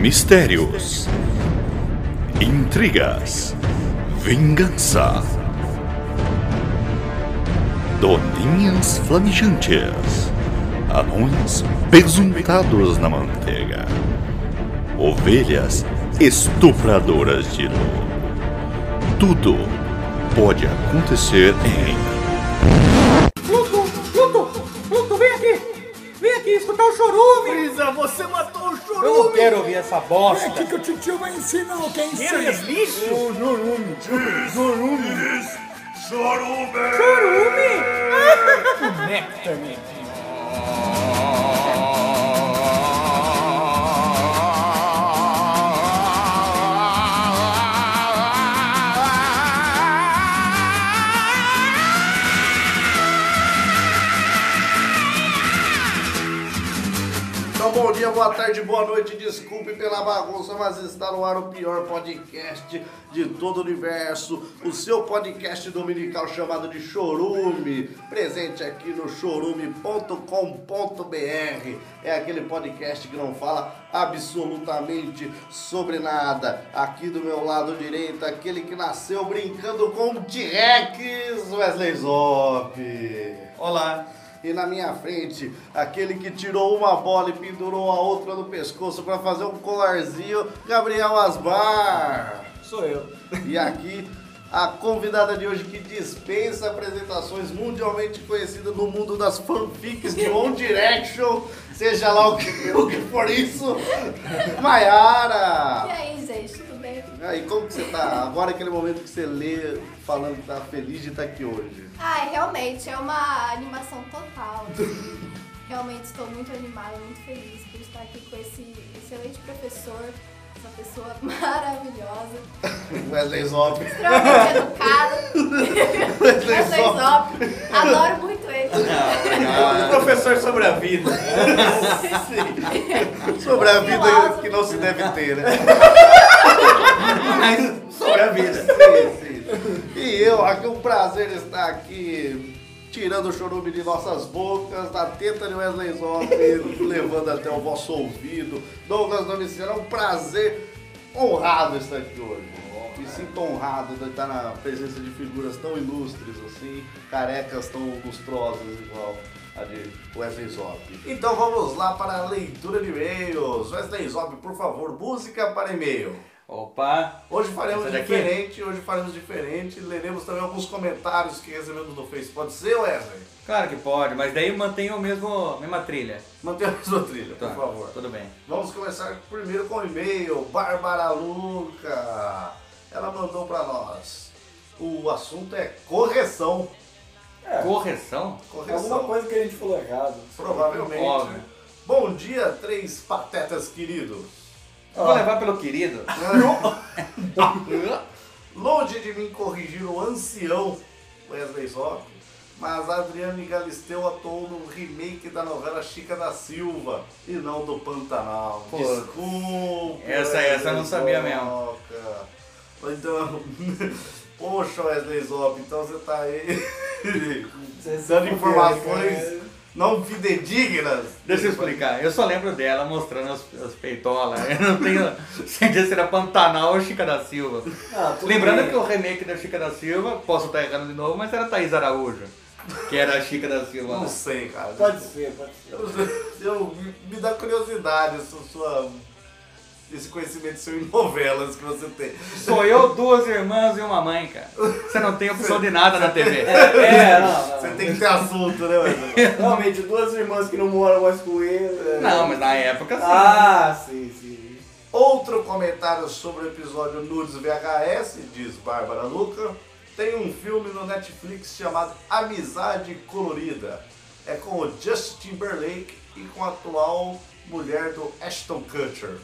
Mistérios, intrigas, vingança, doninhas flamejantes, anões pesuntados na manteiga, ovelhas estupradoras de luz. Tudo pode acontecer em Pluto, Pluto, Pluto, vem aqui! Vem aqui escutar o chorume! Brisa, você matou o chorume! Eu não quero ouvir essa bosta. é que o tio vai ensinar o que é um Aqueles lixo! O Jurume. Jurume. Chorume! Nectar, man. Então, bom dia, boa tarde, boa noite. Desculpe pela bagunça, mas está no ar o pior podcast de todo o universo. O seu podcast dominical chamado de Chorume. Presente aqui no chorume.com.br. É aquele podcast que não fala absolutamente sobre nada. Aqui do meu lado direito, aquele que nasceu brincando com o T-Rex, Wesley Zop. Olá. E na minha frente, aquele que tirou uma bola e pendurou a outra no pescoço pra fazer um colarzinho, Gabriel Asbar. Sou eu. E aqui, a convidada de hoje que dispensa apresentações mundialmente conhecida no mundo das fanfics de One Direction, seja lá o que, o que for isso, E Maiara. aí, gente, tudo bem? Aí, como que você tá? Agora é aquele momento que você lê falando que tá feliz de estar aqui hoje. Ai, realmente, é uma animação total. assim. realmente estou muito animada, muito feliz por estar aqui com esse excelente professor, essa pessoa maravilhosa, Wesley Zop. extremamente educada, Wesley Wesley Zop. Zop. Adoro muito ele. Professor sobre a vida. Sobre a vida Filósofo. que não se deve ter, né? Mas sobre a vida. Sim, sim. E eu, aqui é um prazer estar aqui tirando o chorume de nossas bocas, da teta de Wesley Zop, levando até o vosso ouvido. Douglas Domiciliano, é um prazer honrado estar aqui hoje. Me sinto honrado de estar na presença de figuras tão ilustres assim, carecas tão lustrosas igual a de Wesley Zop. Então vamos lá para a leitura de e-mails. Wesley Zop, por favor, música para e-mail. Opa. Hoje faremos Essa daqui? diferente, hoje faremos diferente. Leremos também alguns comentários que recebemos no Face. Pode ser, Wesley? Claro que pode, mas daí mantenha o mesmo, a mesma trilha. Mantenha a mesma trilha, por Tá, favor. Tudo bem. Vamos começar primeiro com o e-mail. Bárbara Luca. Ela mandou pra nós. O assunto é correção. Correção? Correção. Alguma coisa que a gente falou errado. Provavelmente. Óbvio. Bom dia, três patetas queridos. Eu Vou levar pelo querido. Longe de mim corrigir o ancião Wesley Zop, mas Adriane Galisteu atuou no remake da novela Chica da Silva e não do Pantanal. Pô. Desculpa. Essa- essa eu não Wesley sabia mesmo. Zop. Então, poxa Wesley Zop, então você tá aí Você se dando fudeu, informações cara. não fidedignas. Deixa eu explicar. Eu só lembro dela mostrando as, as peitolas. Eu não tenho certeza se era Pantanal ou Chica da Silva. Ah, tudo Lembrando bem. que o remake da Chica da Silva, posso estar errando de novo, mas era Thaís Araújo. Que era a Chica da Silva. Não lá. sei, cara. Pode ser, pode ser. Eu, eu- me dá curiosidade essa sua, esse conhecimento seu em novelas que você tem. Sou eu, duas irmãs e uma mãe, cara. Você não tem opção de nada na TV. É, não, não. Você tem que ter assunto, né, Wesley? Realmente, duas irmãs que não moram mais com ele. é. Não, mas na época sim. Ah, sim, sim. Outro comentário sobre o episódio Nudes VHS, diz Bárbara Luca. Tem um filme no Netflix chamado Amizade Colorida. É com o Justin Timberlake e com a atual mulher do Ashton Kutcher.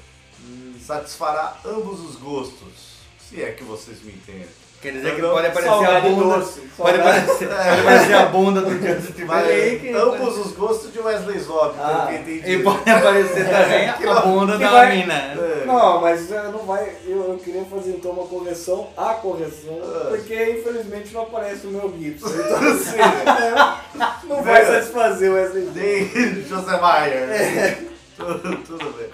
Satisfará ambos os gostos, se é que vocês me entendem. Quer dizer que Não, pode aparecer a saudade bunda. doce, Pode saudade. aparecer, pode aparecer a bunda do Justin Timberlake. né? é Mas, ambos os gostos de Wesley Zop, Ah, pelo que eu entendi. E pode aparecer também a bunda É, que da vai- mina. É. Não, mas é, não vai. Eu, eu queria fazer então uma correção à correção, Ah. porque infelizmente não aparece o meu Gibson. Então assim, É. né, não vai satisfazer o Wesley. Nem José Maier. Tudo, tudo bem.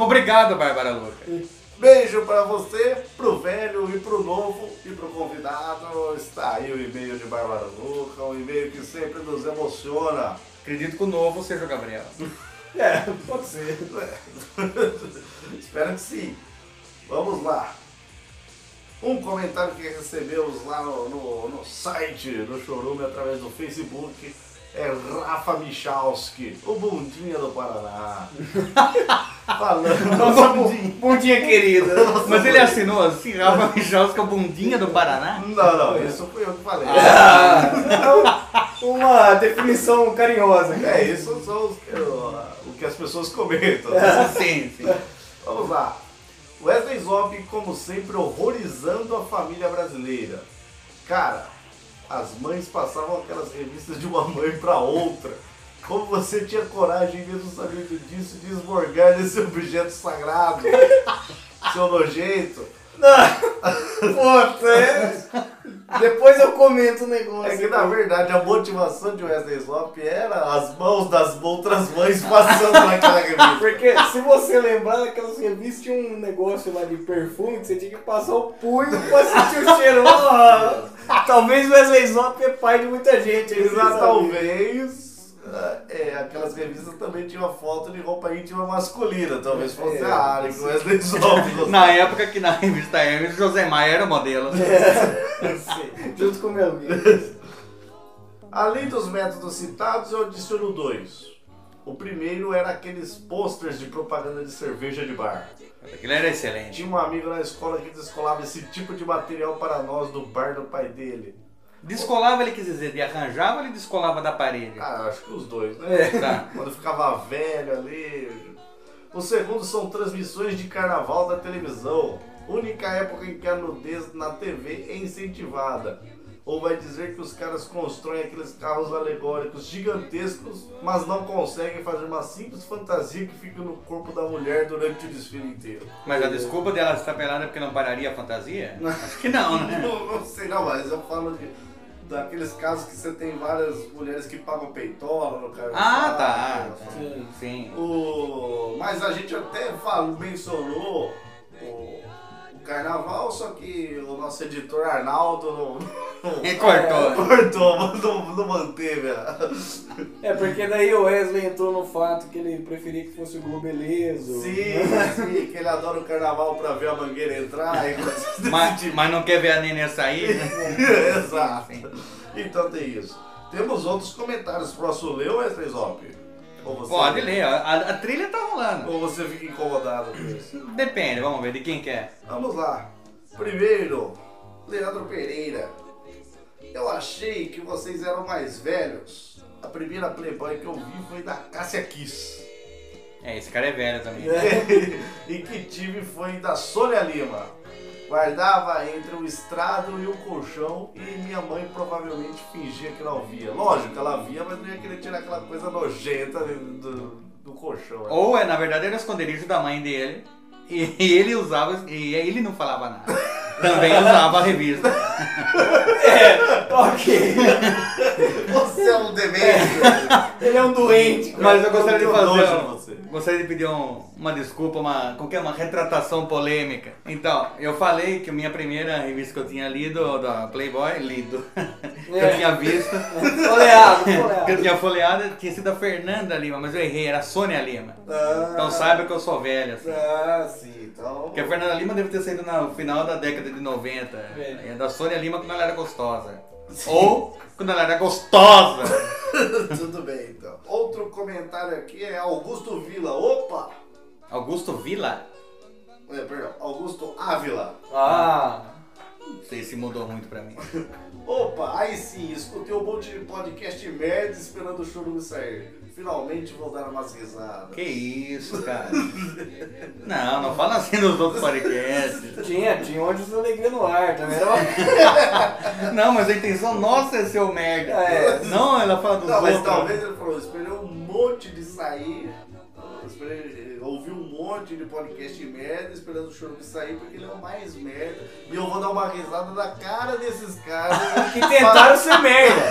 Obrigado, Bárbara Louca. Beijo pra você, pro velho e pro novo e pro convidado. Está aí o e-mail de Bárbara Luca, um e-mail que sempre nos emociona. Acredito que o novo seja o Gabriel. É, pode ser. Espero que sim. Vamos lá. Um comentário que recebemos lá no, no, no site do Chorume através do Facebook é Rafa Michalski, o bundinha do Paraná. Falando. Nossa bundinha. bundinha querida. Mas ele assinou assim, Rafa Michalski, a bundinha do Paraná? Não, não, isso fui eu que falei. Uma definição carinhosa. É, isso são os que- o que as pessoas comentam. né? É. Sim, sim. Vamos lá. Wesley Zop, como sempre, horrorizando a família brasileira. Cara, as mães passavam aquelas revistas de uma mãe pra outra. Como você tinha coragem, mesmo sabendo disso, de esmorgar nesse objeto sagrado? Seu nojento. Puta, é. Depois eu comento o negócio. É que na verdade a motivação de Wesley Zop era as mãos das outras mães passando naquela revista. Porque se você lembrar daquelas revistas, tinha um negócio lá de perfume que você tinha que passar o punho pra sentir o cheiro. Ó, Talvez o Wesley Zop é pai de muita gente. tá aí, Eles, ah, sabe? talvez ah, é, aquelas revistas também tinham foto de roupa íntima masculina, talvez fosse É, a área que o Wesley Zop Na é- época que na revista Hermes, José Maia era o modelo. Sim, Junto com o meu amigo. Além dos métodos citados, eu adiciono dois. O primeiro era aqueles posters de propaganda de cerveja de bar. Aquilo era excelente. Tinha um amigo na escola que descolava esse tipo de material para nós do bar do pai dele. Descolava ele quis dizer, de arranjava ele descolava da parede. Ah, acho que os dois, né? Tá. Quando ficava velho ali. O segundo são transmissões de carnaval da televisão. Única época em que a nudez na TV é incentivada. Ou vai dizer que os caras constroem aqueles carros alegóricos gigantescos, mas não conseguem fazer uma simples fantasia que fica no corpo da mulher durante o desfile inteiro. Mas a desculpa dela estar pelada é porque não pararia a fantasia? Acho que não, né? Eu não sei não, mas eu falo de, daqueles casos que você tem várias mulheres que pagam peitola no carnaval. Ah, tá. É. essas Sim, sim. O... Mas a gente até falou, mencionou o... o carnaval, só que o nosso editor Arnaldo não, E não cortou. cortou, mas não, não manteve. a- É porque daí o Wesley entrou no fato que ele preferia que fosse o Globelezo. Sim, sim, que ele adora o carnaval pra ver a mangueira entrar. e coisas desse Mas, tipo. mas não quer ver a nenê sair? né? Exato. Sim. Então tem isso. Temos outros comentários. Posso ler ou é Trezop? Ou você- Pode ler, ó. a, a trilha tá rolando. Ou você fica incomodado com isso? Depende, vamos ver de quem que é. Vamos lá. Primeiro, Leandro Pereira. Eu achei que vocês eram mais velhos. A primeira Playboy que eu vi foi da Cássia Kiss. É, esse cara é velho também. e que tive foi da Sônia Lima. Guardava entre o estrado e o colchão e minha mãe provavelmente fingia que não via. Lógico que ela via, mas não ia querer tirar aquela coisa nojenta do, do colchão. né? Ou é, na verdade, era o esconderijo da mãe dele. E ele usava, e ele não falava nada. Também usava a revista. É, Ok. Você é um demente! Ele é um doente. Mas eu gostaria de Eu tenho fazer. nojo de um- você. Gostaria de pedir um- uma desculpa, uma, qualquer uma retratação polêmica. Então, eu falei que a minha primeira revista que eu tinha lido, da Playboy, lido, que eu É. tinha visto, Oleado, que eu oleado. tinha folheado, tinha sido a Fernanda Lima, mas eu errei, era a Sônia Lima. Então saiba que eu sou velho, assim. Ah, sim, então. Porque a Fernanda Lima deve ter saído no final da década de 90. Velho. É. E a da Sônia Lima quando ela era gostosa. Ou quando ela era gostosa. Tudo bem, então. Outro comentário aqui é Augusto Vila. Opa! Augusto Villa? É, perdão, Augusto Ávila. Ah. Não sei se mudou muito pra mim. Opa, aí sim, escutei um monte de podcast merda esperando o churume sair. Finalmente vou dar umas risadas. Que isso, cara. Não, não fala assim nos outros podcasts. Tinha, tinha onde da alegria no ar também. Era uma... Não, mas a intenção nossa é ser o merda. É. Não, ela fala dos Não, mas outros. talvez ele falou, esperei um monte de sair. Esperei, ouvi um monte de podcast merda esperando o churume sair, porque ele é o mais merda. E eu vou dar uma risada na cara desses caras. Que tentaram ser merda.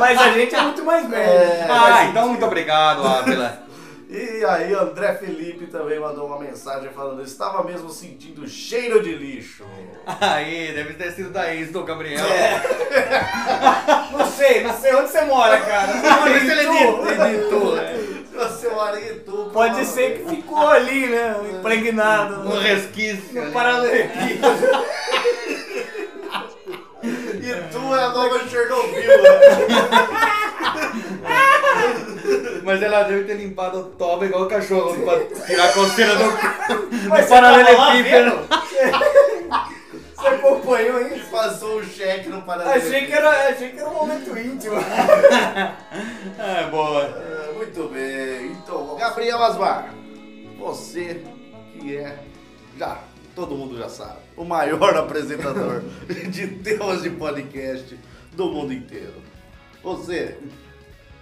Mas a gente é muito mais merda. É, Ah, mas- então muito obrigado, Ávila. E aí, André Felipe também mandou uma mensagem falando: estava mesmo sentindo cheiro de lixo. Aí, deve ter sido da ex do Gabriel. Não sei, não sei onde você mora, cara. Você Por mora isso ele em Itu? editou. editou né? Você olha em tudo. Pode ser que ficou ali, né? Impregnado. Um resquício. No ali. paralelepípedo. E tu é a nova Chernobyl. né? Mas ela deve ter limpado o toba igual o cachorro pra tirar a coceira do, do Mas você paralelepípedo. tava Você acompanhou isso? Passou o cheque no Paraná. Achei que, era, achei que era um momento íntimo. É, boa. Ah, Muito bem, então, Gabriel Asmar, você que é, já, todo mundo já sabe, o maior apresentador de temas de podcast do mundo inteiro. Você,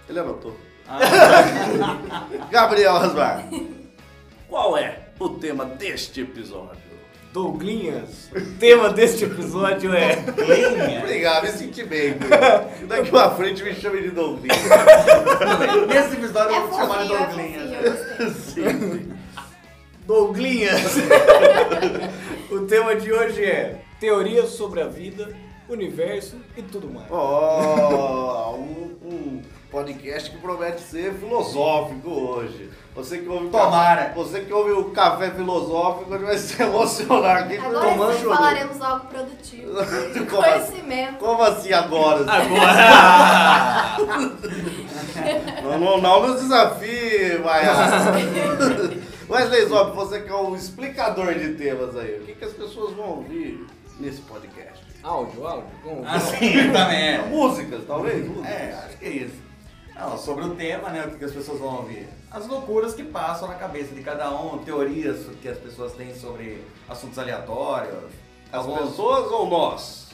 ele anotou. Gabriel Asmar, qual é o tema deste episódio? Douglinhas, o tema deste episódio é. Obrigado, me senti bem. Daqui pra frente me chame de Douglas. Nesse né? episódio É eu vou te chamar de né? fofinho, é Douglinhas. fofinho, eu gostei. Douglinhas! o tema de hoje é Teorias sobre a vida, universo e tudo mais. Oh, um, um podcast que promete ser filosófico hoje. Você que ouve o Tomara. Café, você que ouve o café filosófico hoje vai se emocionar aqui Agora sim choro. falaremos algo produtivo. de Como assim? Conhecimento. Como assim agora? Não, não, não nos desafie, Maiara. Wesley Zop, você que é um explicador de temas aí. O que, que as pessoas vão ouvir nesse podcast? Áudio, áudio? Como? Assim, também é. Músicas, talvez? Músicas. É, acho que é isso. Não, sobre o tema, né? O que que as pessoas vão ouvir? As loucuras que passam na cabeça de cada um, teorias que as pessoas têm sobre assuntos aleatórios. As Algumas- pessoas ou nós?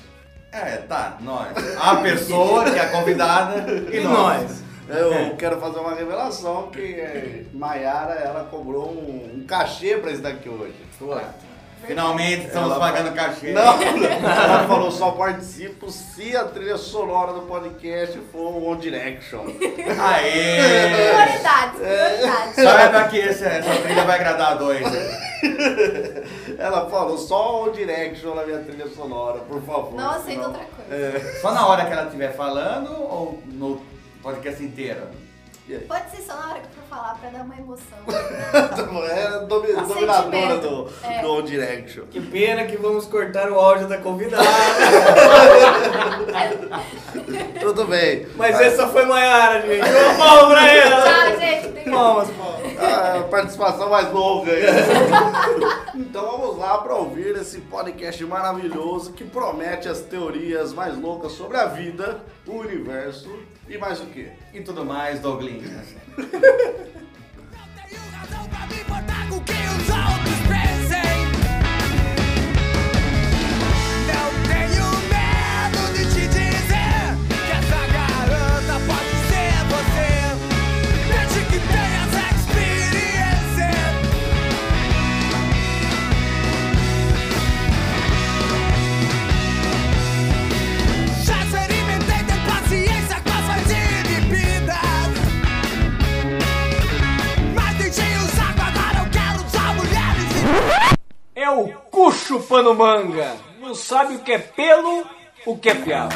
É, tá, nós. A pessoa que é a convidada e, E nós. nós? Eu quero fazer uma revelação que eh, Maiara ela cobrou um, um cachê pra isso daqui hoje. Finalmente estamos Ela- pagando cachê. Não, ela falou só participo se a trilha sonora do podcast for One Direction. Aê! Prioridades, prioridades. Saiba que esse- essa trilha vai agradar a dois. né? Ela falou só One Direction na minha trilha sonora, por favor. Não aceito senão- outra coisa. Só na hora que ela estiver falando ou no podcast inteiro? Pode ser só na hora que eu for falar pra dar uma emoção. É domi- dominadora do, É. do One Direction. Que pena que vamos cortar o áudio da convidada. Tudo bem. Mas Ah, essa foi Maiara, gente. Uma palma pra ela! Tchau, gente. Obrigada. Palmas, palmas. A Ah, participação mais longa. aí. então vamos lá para ouvir esse podcast maravilhoso que promete as teorias mais loucas sobre a vida, o universo e mais o quê? E tudo mais, né? Douglinhas. Tenho razão pra me botar com o que os outros pensem. Não tenho medo de te dizer que essa garota pode ser você. Desde que tenha essa experiência. Já experimentei ter paciência com as mais inibidas. Mas deixei o saco, agora eu quero só mulheres e É o Cuxo Pano Manga. Não sabe o que é pelo, o que é piaba.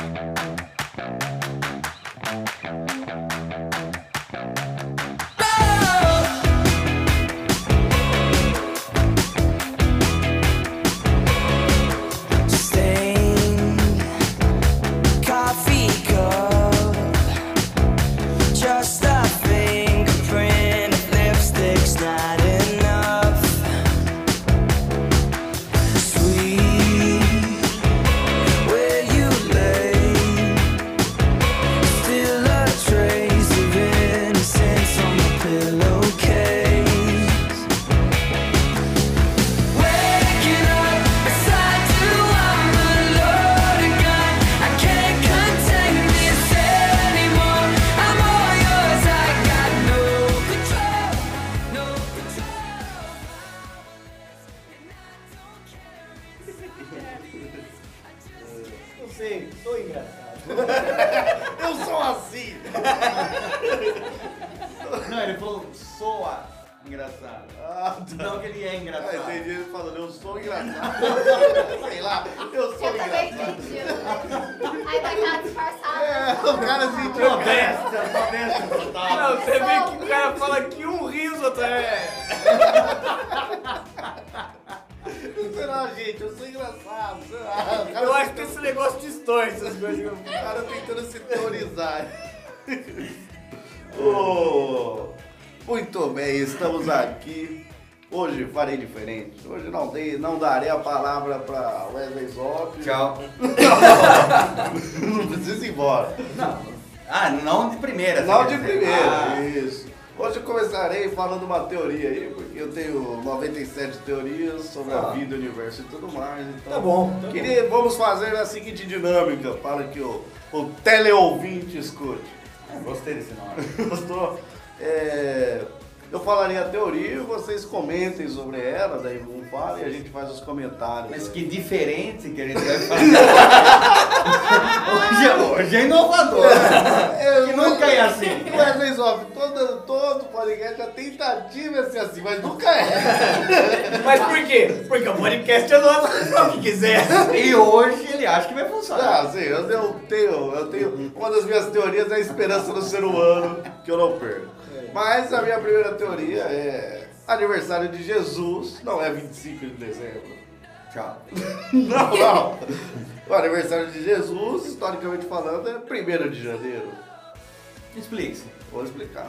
Stained coffee cup, just a fingerprint of lipstick's not enough. Sweet, where you lay, still a trace of innocence on the pillowcase. Waking up beside you, I'm a loaded gun. I can't contain this anymore. I'm all yours. I got no control, no control. Não sei, sou engraçado. Eu sou assim! Não, ele falou soa engraçado. Ah, tá. Não que ele é Ah, engraçado. entendi ele falando, eu sou engraçado. Sei lá, eu sou Eu também engraçado. entendi. eu também. Aí tá vai estar disfarçado. É, o cara se sentiu. Modesta, modesta total. Não, você vê que o cara fala que um riso É. até. Sei lá, é gente, eu sou engraçado. Sei lá. O cara, Eu acho que esse negócio distorce essas coisas. que eu- o cara tentando se teorizar. Ô, Muito bem, estamos aqui. Hoje farei diferente. Hoje não, dei, não darei a palavra para Wesley Zop. Tchau. Não precisa ir embora. Ah, não de primeira. você Não quer de dizer. primeira, Ah, isso. Hoje eu começarei falando uma teoria aí, porque eu tenho 97 teorias sobre Ah. a vida, o universo e tudo mais. Então, Tá bom, tá queria, Vamos fazer a seguinte dinâmica para que o, o teleouvinte escute. Ah, gostei desse nome. Gostou? É, eu falarei a teoria e vocês comentem sobre ela, daí um fala e a gente faz os comentários. Mas que diferente que a gente vai fazer. hoje, é- hoje é inovador. É, que mas- nunca é assim. Wesley Zop, todo, todo podcast, a tentativa é ser assim, mas nunca é. Mas por quê? Porque o podcast é nosso, é o que quiser. E hoje ele acha que vai funcionar. Ah, sim, eu, eu tenho, eu tenho. Uma das minhas teorias é a esperança no ser humano, que eu não perco. É. Mas a minha primeira teoria é. Aniversário de Jesus não é 25 de dezembro. Tchau. Não, não. O aniversário de Jesus, historicamente falando, é 1 de janeiro. Tá. Explique-se. Vou explicar.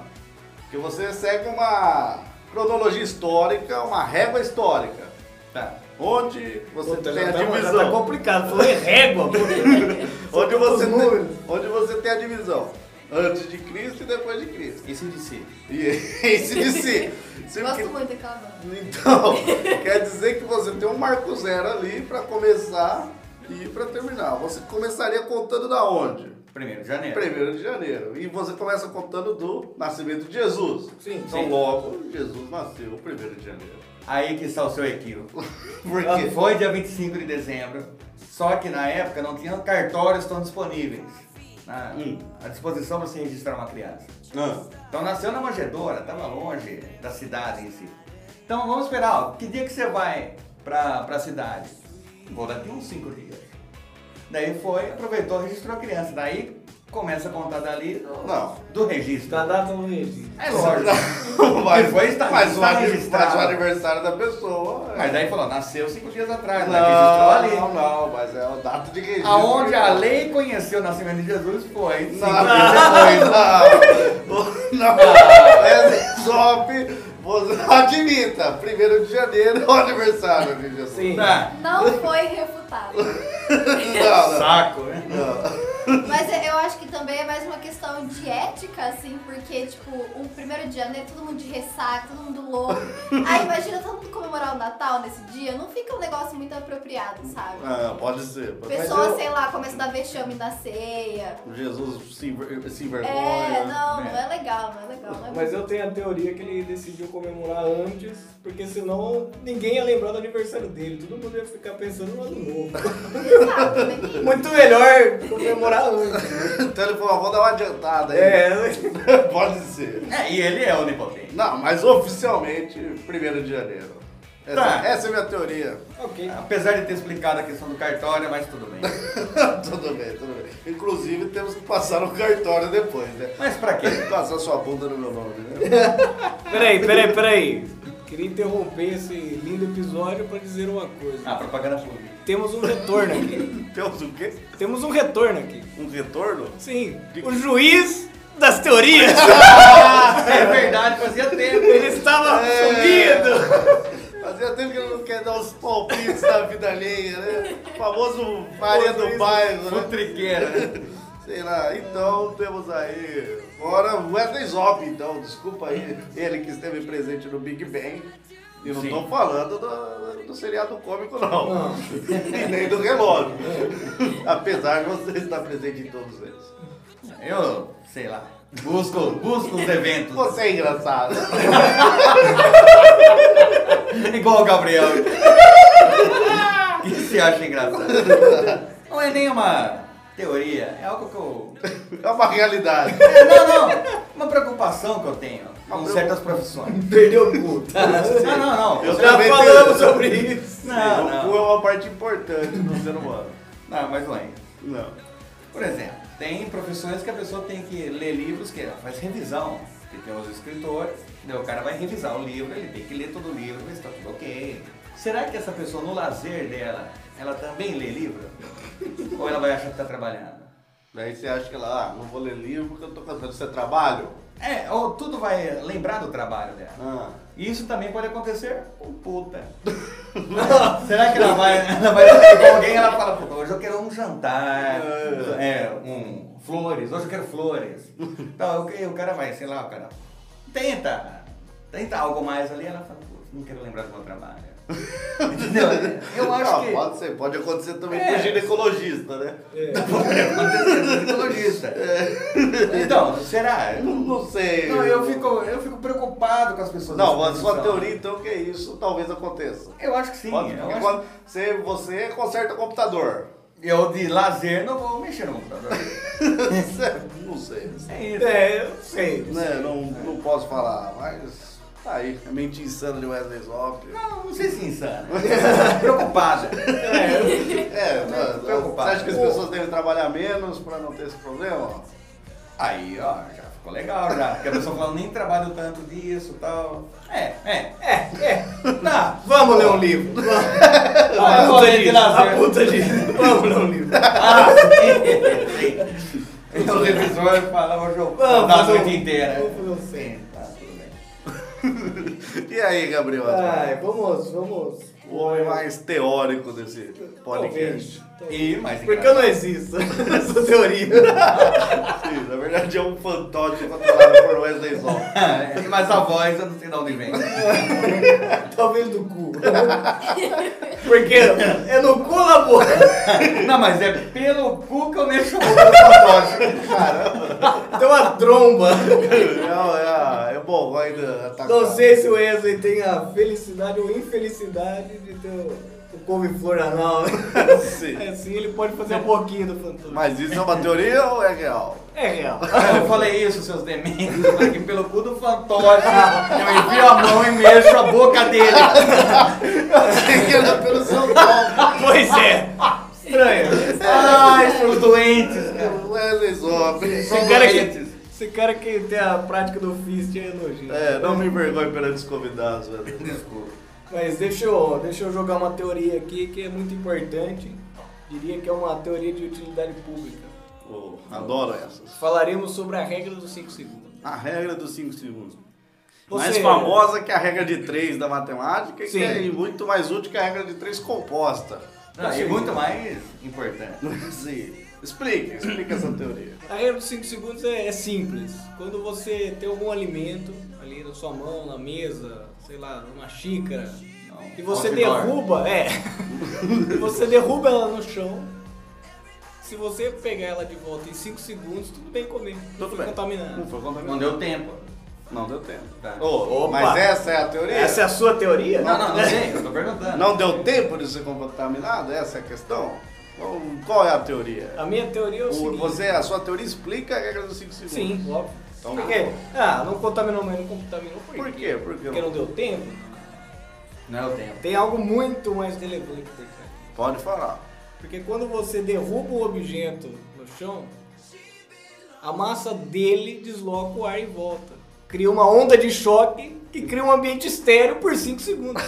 Porque você segue uma cronologia histórica, uma régua histórica. Tá. Onde você Puta, tem já a tá, já divisão. tá complicado. Falou é régua, pô. Onde você, Os tem, números. onde você tem a divisão? Antes de Cristo e depois de Cristo. Isso de si. E esse de si. Se Gosto que- muito daquela banda. Então, quer dizer que você tem um marco zero ali pra começar e pra terminar. Você começaria contando da onde? Primeiro de janeiro. 1 de janeiro. E você começa contando do nascimento de Jesus. Sim, Então, sim. logo, Jesus nasceu 1 de janeiro. Aí que está o seu equívoco. Por quê? Foi dia 25 de dezembro, só que na época não tinha cartórios tão disponíveis na- Hum. à disposição para se registrar uma criança. Então nasceu na manjedoura, estava longe da cidade em si. Então vamos esperar, ó, que dia que você vai para a cidade? Vou daqui uns 5 dias. Daí foi, aproveitou, registrou a criança. Daí começa a contar dali do, Não. do registro. Da data no registro. É lógico. Mas, Depois tá- mas o tá ani- registrado. mas o aniversário da pessoa. é. Mas daí falou, nasceu 5 dias atrás, né? registrou Não, ali. não, não, mas é o data de registro. Aonde a lei conheceu o nascimento de Jesus foi cinco Não, dias depois. não, não, não. É Zop, você admita, 1 de janeiro é o aniversário de Jesus. Sim. Tá. Não foi refutado. Não, não. Saco, né? Mas eu acho que também é mais uma questão de ética, assim, porque, tipo, o primeiro de janeiro todo mundo de ressaca, todo mundo louco. Aí imagina todo mundo comemorar o Natal nesse dia, não fica um negócio muito apropriado, sabe? Ah, pode ser. mas Pessoa, eu- sei lá, começa a dar vexame na ceia. Jesus se, enver- se envergonha. É, não, É. né? não é legal, não é legal. Não é Mas bom. eu tenho a teoria que ele decidiu comemorar antes, porque senão ninguém ia lembrar do aniversário dele. Todo mundo ia ficar pensando no ano novo. Exato, né? Muito melhor comemorar antes. Então ele falou, "Ah, vou dar uma adiantada aí. É, Pode ser. É, e ele é onipotente. Não, mas oficialmente, 1 de janeiro. Essa, Tá. essa é a minha teoria. ok. Apesar de ter explicado a questão do cartório, mas tudo bem. tudo bem, tudo bem. Inclusive, temos que passar no cartório depois, né? Mas pra quê? Passar sua bunda no meu nome, né? Peraí, peraí, peraí. Queria interromper esse lindo episódio pra dizer uma coisa. Ah, propaganda pública. Temos um retorno aqui. Temos o quê? Temos um retorno aqui. Um retorno? Sim, o juiz das teorias. É verdade, fazia tempo. Ele estava É. sumido. Fazia tempo que ele não quer dar os palpites da vida alheia, né? O famoso Maria do Bairro, né? Futriqueira, né? Sei lá, então temos aí. Agora o Wesley Zop, então, desculpa aí, ele que esteve presente no Big Bang. E não Sim. estou falando do, do seriado cômico, não. E nem do relógio. Apesar de você estar presente em todos eles. Eu, sei lá, busco, busco os eventos. Você é engraçado. Igual o Gabriel. que se acha engraçado. Não é nenhuma teoria, é algo que eu. É uma realidade. É, não, não! Uma preocupação que eu tenho com certas profissões. Perdeu o cu. Tá? Não, não, não. Eu Já também tenho- falamos sobre isso. Não, o não. cu é uma parte importante do ser humano. Não, mas não é isso. Não. Por exemplo, tem profissões que a pessoa tem que ler livros que ela faz revisão. Que tem os escritores, daí o cara vai revisar o livro, ele tem que ler todo o livro, ver se está tudo ok. Será que essa pessoa, no lazer dela, ela também lê livro? Ou ela vai achar que está trabalhando? Daí você acha que ela, ah, não vou ler livro porque eu tô cansado. Você trabalho? É, ou tudo vai lembrar do trabalho dela. Ah. E Isso também pode acontecer com um puta. Será que ela vai, ela vai sair com alguém e ela fala, puta, hoje eu quero um jantar, é, um, flores, hoje eu quero flores. Então, o que- o cara vai, sei lá, o cara tenta, tenta algo mais ali, ela fala, putz, não quero lembrar do meu trabalho. Entendeu? Eu acho Não, que... Ah, Pode, ser, pode acontecer também É. com ginecologista, né? É. Pode acontecer com o ginecologista. Então, será? Eu Não, não sei. Não, eu fico, eu fico preocupado com as pessoas. Não, nessa mas sua posição. teoria então que é isso, talvez aconteça. Eu acho que sim. Pode- eu porque acho- quando você, você conserta o computador. Eu de lazer não vou mexer no computador. não sei. É isso. É, eu sei. Né, não, é. não posso falar, mas tá aí. A mente insana de Wesley Zop. Não, não sei se insana. Preocupada. É, mano, você preocupado. acha que as Pô. pessoas devem trabalhar menos pra não ter esse problema? Aí, ó, já ficou legal já. Porque a pessoa fala, nem trabalho tanto disso e tal. É, é, é, é. Tá. Vamos ler um livro. Vamos. Ah, eu falei de lazer. A puta de... Vamos ler um livro. Ah, sim, sim. Então o revisor fala, hoje eu vou Vamos dar a fazer um- noite inteira. Vamos fazer um centro. Tá, tudo bem. E aí, Gabriel? Ai, vamos, vamos. o homem mais teórico desse podcast. é. Talvez. E mais Porque eu não existo. Essa teoria. Sim, na verdade é um fantoche controlado por Wesley Zop. engraçado. Mas Ah, a voz eu não sei de onde vem. Talvez do cu. Porque é no cu na boca. Não, mas é pelo cu que eu mexo o fantoche. Tem uma tromba. Não, é, é bom, ainda atacar. Não sei se o Wesley tem a felicidade ou infelicidade de ter o, o couve-flor anal. Sim. É assim, ele pode fazer a boquinha do fantasma. Mas isso é uma teoria ou é real? É real. Eu falei isso, seus dementes, aqui pelo cu do fantoche. Eu enfio a mão e mexo a boca dele. Tem que era pelo seu nome. pois é. Estranho. Ai, seus doentes, cara. Wesley Zop. É. Esse cara, que, esse cara que tem a prática do fist é elogio. É, não me envergonhe perante os convidados, velho. Desculpa. Mas deixa eu, deixa eu jogar uma teoria aqui que é muito importante. Diria que é uma teoria de utilidade pública. Oh, adoro essas. Falaremos sobre a regra dos 5 segundos. A regra dos 5 segundos. Você- é. Mais famosa que a regra de 3 da matemática e Sim. que é muito mais útil que a regra de 3 composta. Assim. Não, e muito mais importante. Sim. Explique, explique essa teoria. A regra dos 5 segundos é, é simples. Quando você tem algum alimento ali na sua mão, na mesa, sei lá, numa xícara, e você outdoor. derruba, é, e você derruba ela no chão. Se você pegar ela de volta em 5 segundos, tudo bem comer. não Tudo bem. foi Não contaminado. foi Não contaminado. deu tempo. Não deu tempo. Tá. Oh, Opa. mas essa é a teoria? é a sua teoria? Não, não, não sei, eu tô perguntando. Não deu tempo de ser contaminado? Essa é a questão? Qual- Qual é a teoria? A minha teoria é um o, O- seguinte. Você, a sua teoria explica a regra dos 5 segundos. Sim, óbvio. Então- Por quê? Ah, não contaminou, mas não contaminou por quê? Por quê? Por quê? Porque não deu tempo? Não deu tempo. Tem algo muito mais relevante por trás. Pode falar. Porque quando você derruba um objeto no chão, a massa dele desloca o ar em volta. Cria uma onda de choque que cria um ambiente estéreo por 5 segundos.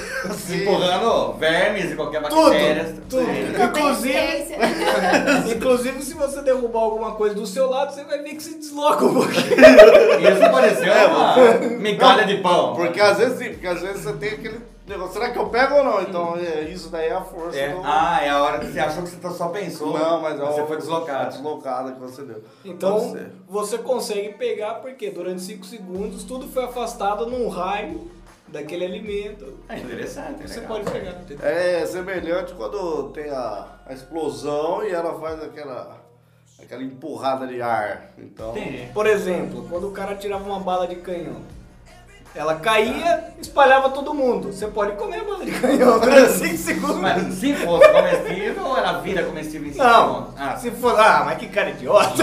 Empurrando vermes e qualquer tudo, bactéria. tudo. Sim. Inclusive, inclusive, se você derrubar alguma coisa do seu lado, você vai ver que se desloca um pouquinho. Isso pareceu uma migalha de pão. Porque às vezes sim, porque às vezes você tem aquele negócio, será que eu pego ou não? Então é, isso daí é a força É. do... Ah, é a hora que você achou que você só pensou. Não, mas é você o- foi a deslocado. deslocada que você deu. Então, Pode ser. você consegue pegar porque durante 5 segundos tudo foi afastado num raio daquele alimento. É interessante, é Você legal. pode pegar. entendeu? É semelhante quando tem a, a explosão e ela faz aquela, aquela empurrada de ar. Então, Entendi. Por exemplo, quando o cara tirava uma bala de canhão, Ela caía, espalhava todo mundo. Você pode comer bala de canhão durante 5 segundos. Mas se fosse comestível, ou ela vira comestível em si? Não, Ah, se for. Ah, mas que cara idiota!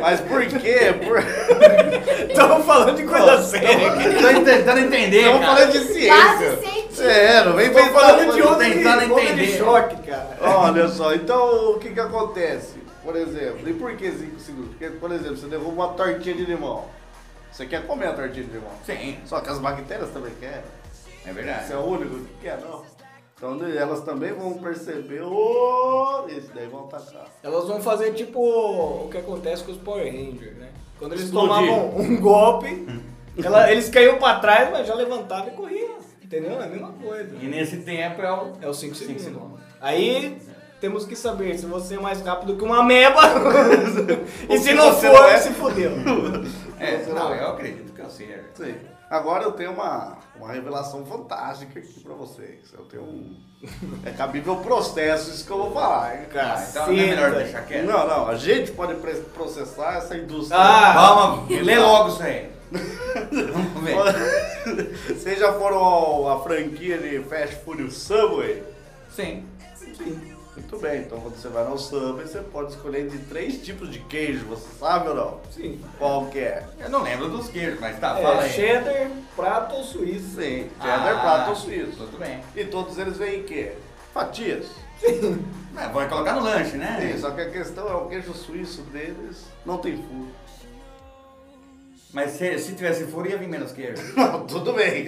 Mas por quê? Por... Estamos falando de coisa séria aqui. tô tentando entender, Estamos cara. falando de Base ciência. científica. É, não vem Estamos pensando falando de onda de, tentando onda de entender. choque, cara. Olha só, então o que que acontece? Por exemplo, e por que 5 segundos? Porque, por exemplo, você derruba uma tortinha de limão. Você quer comer a tortinha de limão? Sim, Só que as bactérias também querem. é verdade. Você é o único que quer, não. Então né, elas também vão perceber o... Isso daí vão tacar. Elas vão fazer tipo o que acontece com os Power Rangers, né? Quando eles Explodir. tomavam um golpe, ela- eles caíam pra trás, mas já levantavam e corriam. Entendeu? É a mesma coisa. E nesse tempo é o... É os Cinco 5 segundos. segundos. Aí temos que saber se você é mais rápido que uma ameba. e Ou se se não você for, não é. se fudeu. É, não, eu acredito que eu seja. Sim. Agora eu tenho uma, uma revelação fantástica aqui pra vocês. Eu tenho um... É cabível processo isso que eu vou falar, hein, cara. Ah, então não é melhor Caceta. deixar quieto. Não, não, a gente pode pre- processar essa indústria. Ah, Vamos, lê logo isso aí. Vamos ver. Vocês já foram ao- à franquia de Fast Food Subway? Sim. Muito bem, então quando você vai no Subway, você pode escolher entre três tipos de queijo, você sabe ou não? Sim. Qual que é? Eu não lembro dos queijos, mas tá, fala É, aí. Ah, cheddar, prato ou suíço. Sim, cheddar, prato ou suíço. Tudo bem. E todos eles vêm em quê? Fatias. Mas vai Ah, colocar no lanche, né? Sim, só que a questão é o queijo suíço deles não tem furo. Mas se, se tivesse furo, ia vir menos queijo. Não, tudo bem.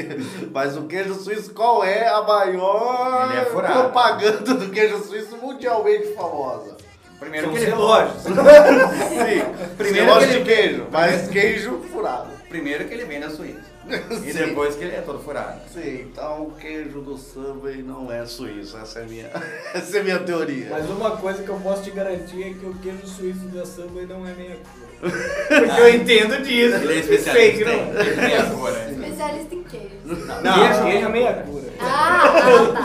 Mas o queijo suíço, qual é a maior Ele é furado. propaganda do queijo suíço mundialmente famosa? Primeiro São que os ele... relógios. Sim, Primeiro primeiro gosta que de queijo, mas queijo furado. Primeiro que ele vem na Suíça. E Sim. depois que ele é todo furado. Sim, então o queijo do Subway não é suíço, essa é a minha, essa é a minha teoria. Mas uma coisa que eu posso te garantir é que o queijo suíço da Subway não é meia cura. Porque eu entendo disso. Ele é Fake, especialista. não? hein? Ele tem a cor, né? Especialista em queijo. Não, queijo, não. queijo é meia cura. Ah, ah,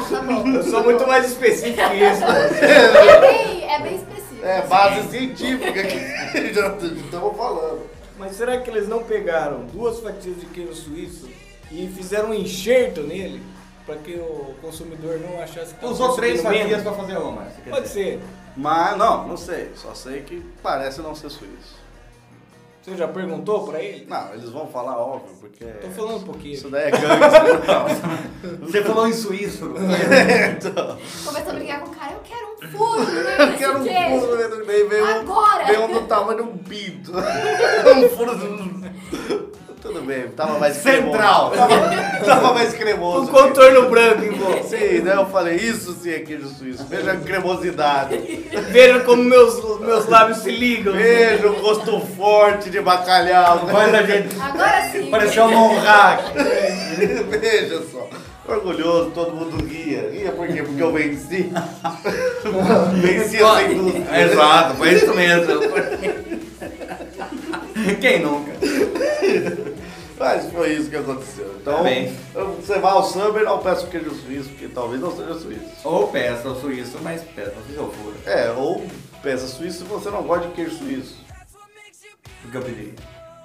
tá, tá bom. Eu sou muito mais específico que isso. É bem, é bem específico. É base científica que já estamos falando. Mas será que eles não pegaram duas fatias de queijo suíço e fizeram um enxerto nele pra que o consumidor não achasse que tava Usou Então, três consumindo fatias menos? pra fazer uma. você quer Pode dizer. ser. Mas não, não sei, só sei que parece não ser suíço. Você já perguntou pra ele? Não, eles vão falar óbvio, porque Tô falando um pouquinho. isso daí é gangue. Você falou em suíço. então, Começou a brigar com o cara, eu quero um furo, né? eu quero um queijo. furo, né, daí veio Agora! um, veio um do tamanho de um pinto. um furo de um... Tudo bem, tava mais Central. cremoso. Tava, tava mais cremoso. Um contorno branco em volta. Sim, né? Eu falei, isso sim é queijo suíço. Veja a cremosidade. Veja como meus, meus lábios se ligam. Veja o gosto forte de bacalhau. Faz a gente. Agora sim. Pareceu um monraque. Veja só. Orgulhoso, todo mundo guia. Guia por quê? Porque eu venci. venci essa indústria. Exato, foi isso mesmo. Quem nunca? Mas foi isso que aconteceu. Então, Tá bem. você vai ao samba e não peça o queijo suíço, porque talvez não seja suíço. Ou peça o suíço, mas peça o suíço furo. É, ou peça suíço se você não gosta de queijo suíço, O que eu pedi.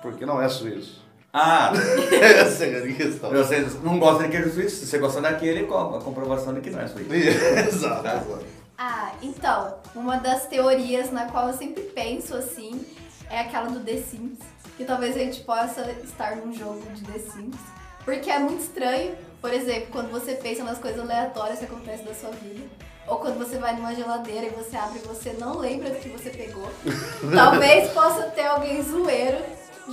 porque não é suíço. Ah, Essa é a minha questão. você não gosta de queijo suíço? Se você gosta daquele, qual? A comprovação de que não é suíço. Exato, exato. Ah, então, uma das teorias na qual eu sempre penso assim é aquela do The Sims. Que talvez a gente possa estar num jogo de The Sims. Porque é muito estranho, por exemplo, quando você pensa nas coisas aleatórias que acontecem na sua vida. Ou quando você vai numa geladeira e você abre e você não lembra do que você pegou. talvez possa ter alguém zoeiro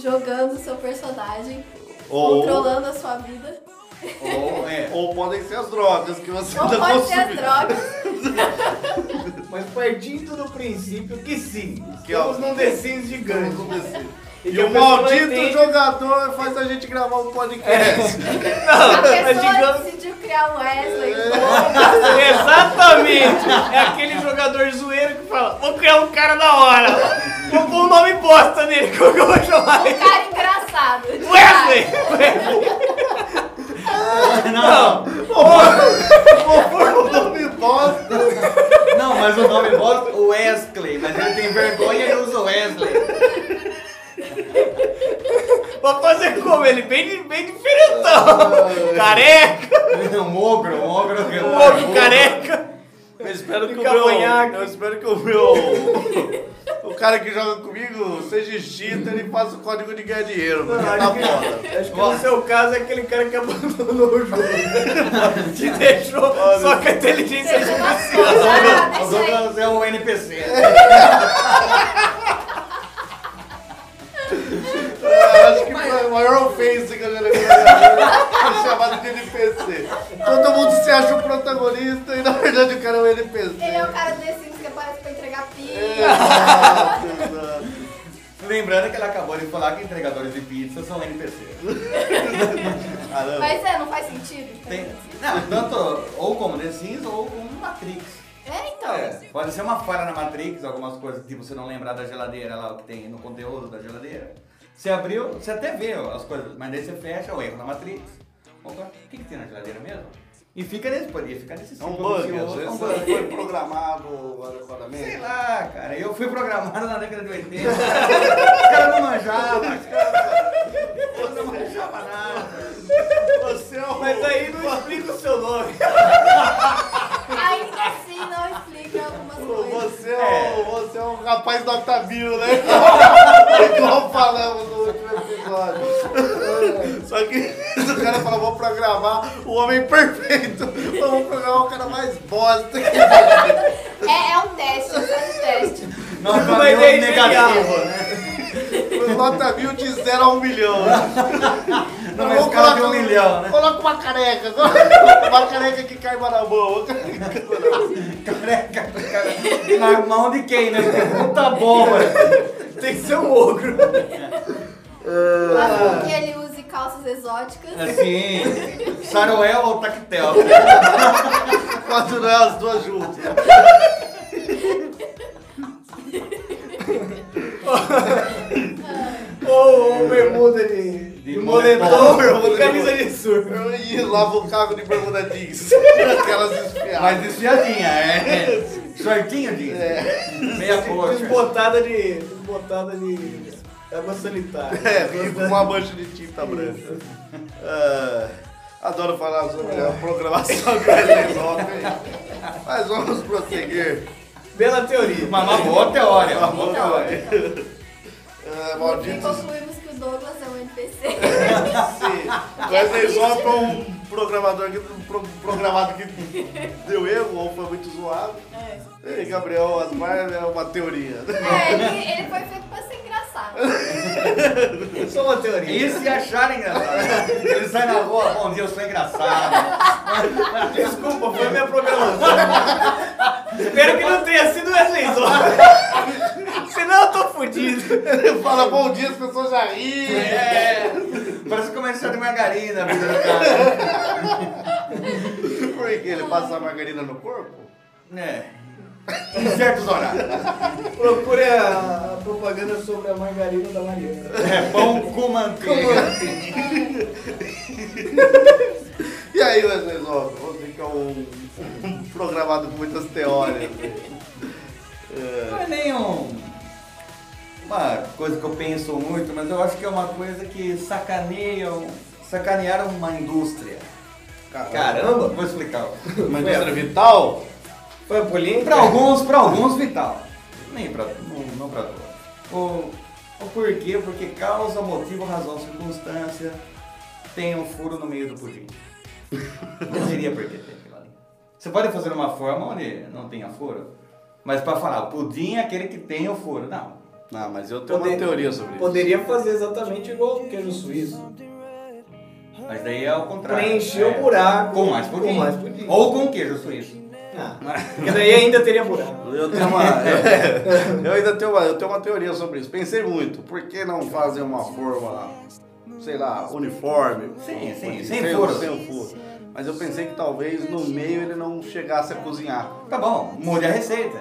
jogando o seu personagem, Ou- controlando a sua vida. Ou é. Ou podem ser as drogas que você Ou ainda pode ser as consumiu. drogas. Mas partindo do princípio que sim, Que, ó, estamos num desenho gigante. Vamos descer. assim? E E, que a o pessoa maldito entende. jogador faz a gente gravar um podcast. A mas pessoa digamos- decidiu criar um Wesley. Exatamente! É aquele jogador zoeiro que fala, vou criar um cara da hora! Vou pôr um nome bosta nele, como que eu vou chamar ele? Um cara engraçado. Wesley! é, Não, O um nome bosta. não, mas o nome bota o Wesley, mas ele tem vergonha e usa o Wesley. Vou fazer como ele, bem, bem diferentão. careca, Um ogro, um ogro. um homem careca. Eu espero que o Fica meu. apanhado. Eu espero que o meu. O cara que joga comigo seja cheater e faça o código de ganhar dinheiro, porque tá foda. Acho que no seu caso é aquele cara que abandonou o jogo. né? Te deixou só com a inteligência Você já artificial. O nasceu, né, gente? Douglas é um NPC. Eu acho que foi a maior ofensa que eu já levei na minha vida foi chamado de NPC. Todo mundo se acha o protagonista e na verdade o cara é um NPC. Ele é o cara do The Sims que aparece pra entregar pizza. Exato, exato. Lembrando que ela acabou de falar que entregadores de pizza são NPC. Caramba. Mas é, não faz sentido. então. Tem, não, tanto ou como The Sims ou como Matrix. É, então. É, pode ser uma falha na Matrix, algumas coisas tipo você não lembrar da geladeira lá, o que tem no conteúdo da geladeira. Você abriu, você até vê as coisas, mas daí você fecha o erro na Matrix. Opa, o que, que tem na geladeira mesmo? E fica nesse, poderia ficar nesse É um ciclo bug, às vicioso, é um vezes bug. foi programado adequadamente. Sei lá, cara, eu fui programado na década de 80. os caras não manjavam, os caras não manjavam nada. Você é um... Mas aí não explica o seu nome. Ainda assim não explica algumas coisas. Você é, um, você é um rapaz da Octavio, né? Igual falamos no último episódio. Só que o cara falou, vou programar o homem perfeito. Eu vou programar o cara mais bosta. É, é um teste, faz um teste. Não, Mas mas é negativo, genial. né? Os Nota mil de 0 a 1 um milhão. Não, Eu mas vou o cara tem colocar um milhão, né? Coloca uma careca. coloca Uma careca que caiba na mão. Careca, cara. Na mão de quem, né? Porque Puta bomba. Tem que ser um ogro. Faz com que ele use calças exóticas. É. Assim, Saruel ou Tactel? Quatro não é as duas juntas. Ou um bermuda de, de moletom, moletom. e camisa de surf. Eu ia lá vou carro de bermuda jeans. Aquelas espiadas. Mas desfiadinha, é. Shortinho disso. É. Meia coxa. Desbotada de. Desbotada de. Água sanitária. É, e com uma mancha de tinta branca. Ah, adoro falar sobre É. a programação do Elenope. Mas vamos prosseguir. Bela teoria. Mas uma boa teoria, uma boa Então, teoria. então. Ah, No fim, malditos. concluímos que o Douglas é um NPC. O Elenope é um programador que, um pro- programado que deu erro ou foi muito zoado. É, E Gabriel Asmar é uma teoria. É, ele, ele foi feito pra ser engraçado. Só é uma teoria. E se acharem engraçado? Ele sai na rua, bom dia, eu sou engraçado. Desculpa, foi minha programação. Espero que não tenha um sido Wesley Zó. Senão eu tô fudido. Fala bom dia, as pessoas já riem. É. Parece um comercial de margarina, vida do cara. Por que ele passa margarina no corpo? É. Em certos horários. Procure a a propaganda sobre a margarina da Mariana. É pão com manteiga. E aí, Wesley Zop, você que é um, um programado com muitas teorias. né? Não é nem um, uma coisa que eu penso muito, mas eu acho que é uma coisa que sacaneiam, sacanearam uma indústria. Caramba, vou explicar. Mas era vital? Foi a Polinha? Para alguns, para alguns vital. É. Nem para não, não para todos. O, o porquê? Porque causa, motivo, razão, circunstância tem um furo no meio do pudim. Não diria por que tem aquilo ali. Você pode fazer uma forma onde não tenha furo, mas para falar, o pudim é aquele que tem o furo. Não, Não, mas eu tenho uma Poder- teoria sobre Poderia fazer exatamente igual o queijo suíço. Mas daí é o contrário. Preencher É. o buraco. Com mais pudim. Com mais pudim. Ou com queijo suíço. Ah, porque daí ainda teria buraco. isso. Eu tenho uma. é, eu ainda tenho uma, eu tenho uma teoria sobre isso. Pensei muito. Por que não fazer uma forma, sei lá, uniforme? Sim, sim, Porque sem o- furo. Sem um furo. Mas eu pensei que talvez no meio ele não chegasse a cozinhar. Tá bom, mude a receita.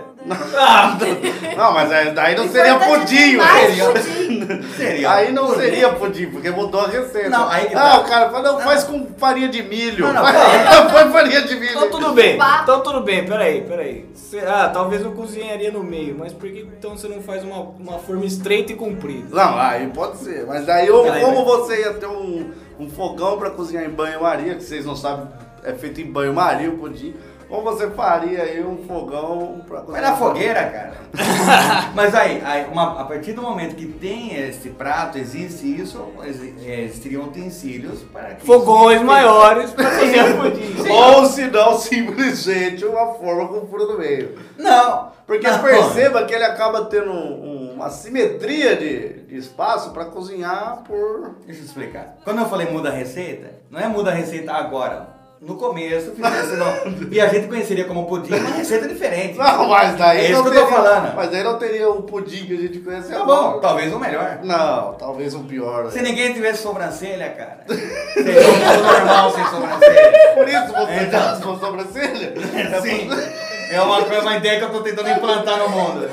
Não, mas aí- daí não seria é Importante pudim, demais, velho. pudim. Seria. Aí não seria pudim, porque mudou a receita. Não, aí que ah, tá. o cara fala, não, faz com farinha de milho. Não, não, faz, não. Põe farinha de milho. Então tudo tudo bem. fubá. Então tudo bem, peraí, peraí. Cê- ah, talvez eu cozinharia no meio, mas por que então você não faz uma, uma forma estreita e comprida? Não, aí pode ser. Mas daí, eu, Peraí, como né? vai. você ia ter um, um fogão pra cozinhar em banho-maria, que vocês não sabem, é feito em banho-maria o pudim, como você faria aí um fogão pra Vai cozinhar? na fogueira, cara. Mas aí, aí, uma- a partir do momento que tem esse prato, existe isso, exi- é, existiriam utensílios para que Fogões isso- maiores pra cozinhar um pudim. Ou se não, simplesmente uma forma com furo no meio. Não, Porque não. perceba que ele acaba tendo um- uma simetria de, de espaço pra cozinhar por. Deixa eu explicar. Quando eu falei muda a receita, não é muda a receita agora. No começo, fizesse não. E a gente conheceria como pudim uma receita diferente. Não, mas daí. É isso não que eu tô teria- falando. Mas é daí não teria o pudim que a gente conhece Tá agora. bom, talvez o melhor. Não, talvez o pior. né? Se ninguém tivesse sobrancelha, cara, seria um mundo normal sem sobrancelha. Por isso você Então. tá com sobrancelha? É Sim, por- é uma, coisa, uma ideia que eu tô tentando implantar no mundo.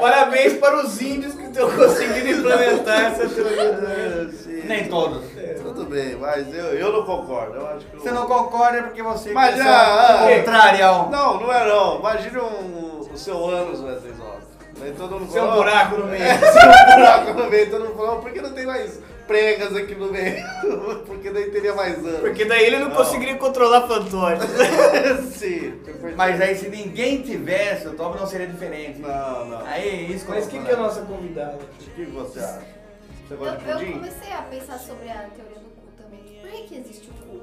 Parabéns para os índios que estão conseguindo implementar essa teoria. É, sim. Nem todos. Tudo bem, mas eu, eu não concordo. Eu acho que eu- Você não concorda é porque você Mas você já- é um contrarião. Não, não é não. Imagine um, o seu ânus, Wesley Zop. Daí todo mundo Seu fala, um buraco no É, meio. seu buraco no meio. Todo mundo falou, por que não tem mais pregas aqui no meio? Porque daí teria mais ânus. Porque daí ele não, conseguiria controlar fantoches. Sim. perfeito. Mas aí se ninguém tivesse, o Tom não seria diferente. Não, não. Aí, isso Mas eu tô quem falando. que é a nossa convidada? O que você acha? Você Eu, gosta de eu pudim? comecei a pensar sobre a teoria do cu também. Por que, que existe o cu?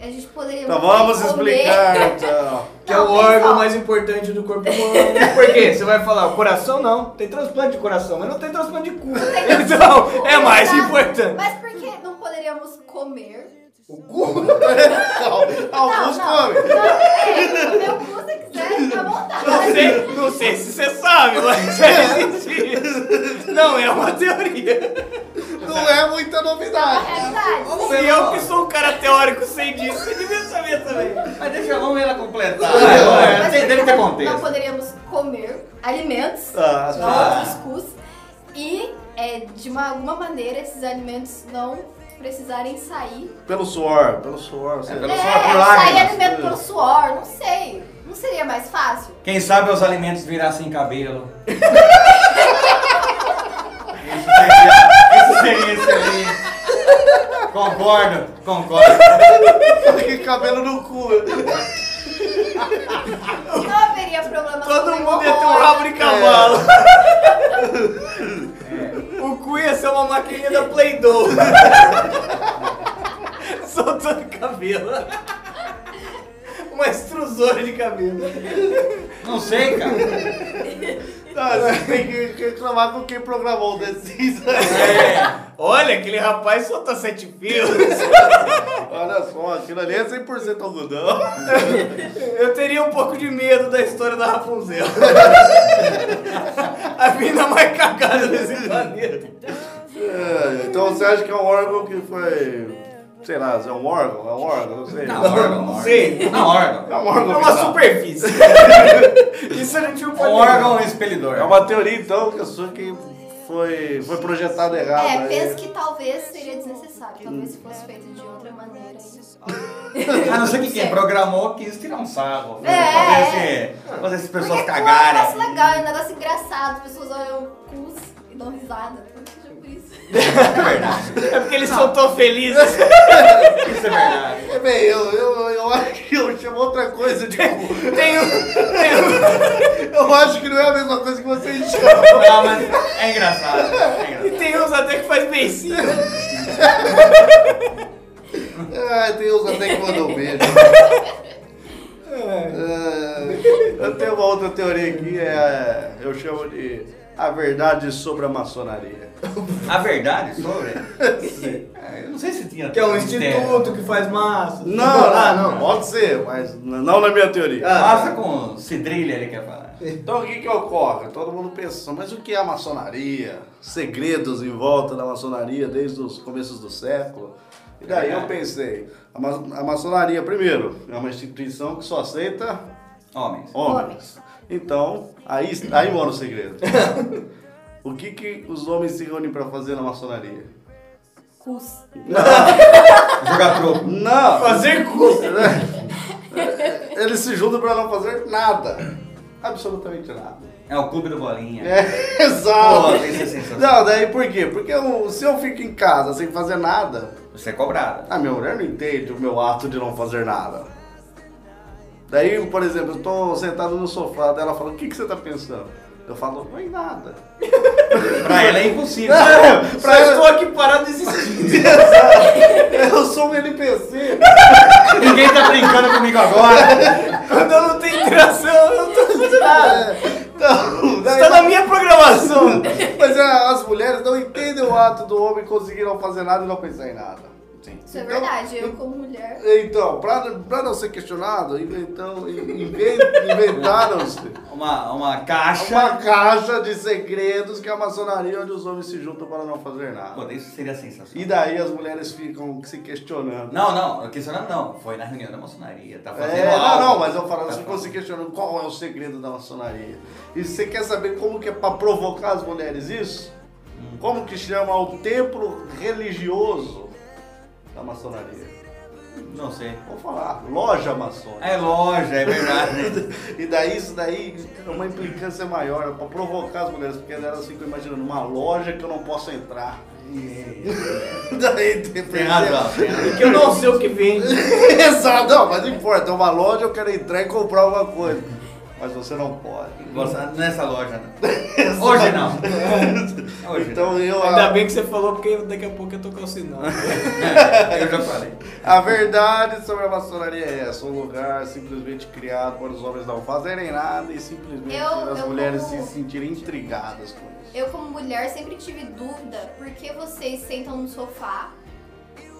A gente poderia. Então vamos comer- explicar, então. Que é o Não, mas órgão ó, mais importante do corpo humano. Por quê? Você vai falar, o coração não. Tem transplante de coração, mas não tem transplante de cu. tem Então, é mais Exato. importante. Mas por que não poderíamos comer? O cu? Alguns não, comem. Não, é, comer o cu se quiser, fica à Não vontade. sei, não sei se você sabe, mas já existe isso. Não é uma teoria. Não é muita Na novidade. realidade. Se eu que sou um cara teórico sei disso, você devia saber também. Mas deixa eu ver ela completar. Mas por É, Tem- que Deve ter não- Não contexto. poderíamos comer alimentos. Ah, Não, outros cus. E, é, de uma, alguma maneira, esses alimentos não precisarem sair. Pelo suor, pelo suor. sei É, lá. pelo é, suor, por sair lágrimas. alimento pelo suor, não sei. Não seria mais fácil? Quem sabe os alimentos virassem cabelo. isso, seria, isso seria excelente. Concordo, concordo. Que cabelo no cu. Não haveria problema Todo com mundo ia ter um hemorroida. rabo de cavalo. É. O cu ia ser uma maquininha da Play-Doh. Soltando cabelo. Uma extrusora de cabelo. Não sei, cara. Não, você Tá, tem que reclamar com quem programou o The Sims. Olha, aquele rapaz solta sete fios. Olha só, aquilo ali é 100% algodão. Eu teria um pouco de medo da história da Rapunzel. A mina mais cagada desse planeta. É, então você acha que é um órgão que foi. Sei lá, é um órgão? É um órgão? Não sei. Não, órgão, órgão. Sim. Não, órgão. É um É órgão. uma bizarro. superfície. Isso a gente não Um pode órgão expelidor. É uma teoria então que eu sou que foi, foi projetado errado. É, aí. penso que talvez seria desnecessário. Talvez se fosse feito de outra maneira. A não ser que quem programou quis tirar um sarro. É, Fazer, esse, fazer essas pessoas Porque cu É um negócio cagarem. legal, é um negócio engraçado. As pessoas olham cus e dão risada. Seja por isso. É verdade. É porque eles são tão felizes. Isso é verdade. É, Bem, eu, eu, eu acho que eu chamo outra coisa de cu. Tem um. Eu acho que não é a mesma coisa que vocês chamam. Não, mas é engraçado. É engraçado. Tem uns até que faz beicinho. Ai, Deus, até que mandou um beijo. É, Eu tenho uma outra teoria aqui, é, eu chamo de a verdade sobre a maçonaria. A verdade sobre? É, eu não sei se tinha. Que é um mistério. instituto que faz massa. Não, Ah, não, Ah, pode ser, mas n- não na minha teoria. Passa com cidrilha, ele quer falar. Então o que que ocorre? Todo mundo pensa, mas o que é a maçonaria? Segredos em volta da maçonaria desde os começos do século. E daí eu pensei, a, ma- a maçonaria, primeiro, é uma instituição que só aceita Homens. homens. Então, aí, aí mora o segredo. O que, que os homens se reúnem pra fazer na maçonaria? Cus. Jogar truco. Não! Fazer curso. Eles se juntam pra não fazer nada. Absolutamente nada. É o clube do Bolinha. É, exato. Pô, isso é sensacional. não, daí por quê? Porque eu- se eu fico em casa sem fazer nada, Você é cobrado. a minha mulher não entende o meu ato de não fazer nada. Daí, por exemplo, eu tô sentado no sofá, daí ela fala, o que, que você tá pensando? Eu falo, não em nada. Pra ela é impossível. Não, Só pra ela- estou aqui parado existindo. Eu sou um NPC. Ninguém tá brincando comigo agora. Quando eu não tenho interação, eu não tô fazendo nada. Não, Ah, é. Então, daí- Está tá na minha programação. Mas ah, as mulheres não entendem o ato do homem conseguir não fazer nada e não pensar em nada. Isso é Então- verdade, eu como mulher. Então, pra, pra não ser questionado, então, inventaram-se Uma, uma caixa. uma caixa de segredos que é a maçonaria onde os homens se juntam para não fazer nada. Pô, isso seria sensacional. E daí as mulheres ficam se questionando. Não, não, questionando não. Foi na reunião da maçonaria. Tá fazendo É, não, algo. não, mas eu falo, Tá elas ficam se fazendo- questionando qual é o segredo da maçonaria. E você quer saber como que é pra provocar as mulheres isso? Hum. Como que chama o templo religioso da maçonaria? Não sei. Vou falar, loja maçônica. É loja, é verdade. E daí isso daí é uma implicância maior é pra provocar as mulheres, porque assim elas ficam imaginando uma loja que eu não posso entrar. daí tem, Tem razão. tem razão. Que eu não sei o que vem. Exato, não, mas não importa, é uma loja, eu quero entrar e comprar alguma coisa. Mas você não pode. Gosta- Nessa loja não. Hoje não. Hoje não. Então eu. Ainda A, bem que você falou, porque daqui a pouco eu tô com o sinal. É, Eu já falei. a verdade sobre a maçonaria é essa: um lugar simplesmente criado para os homens não fazerem nada e simplesmente Eu- as eu mulheres como- se sentirem intrigadas com isso. Eu, como mulher, sempre tive dúvida por que vocês sentam no sofá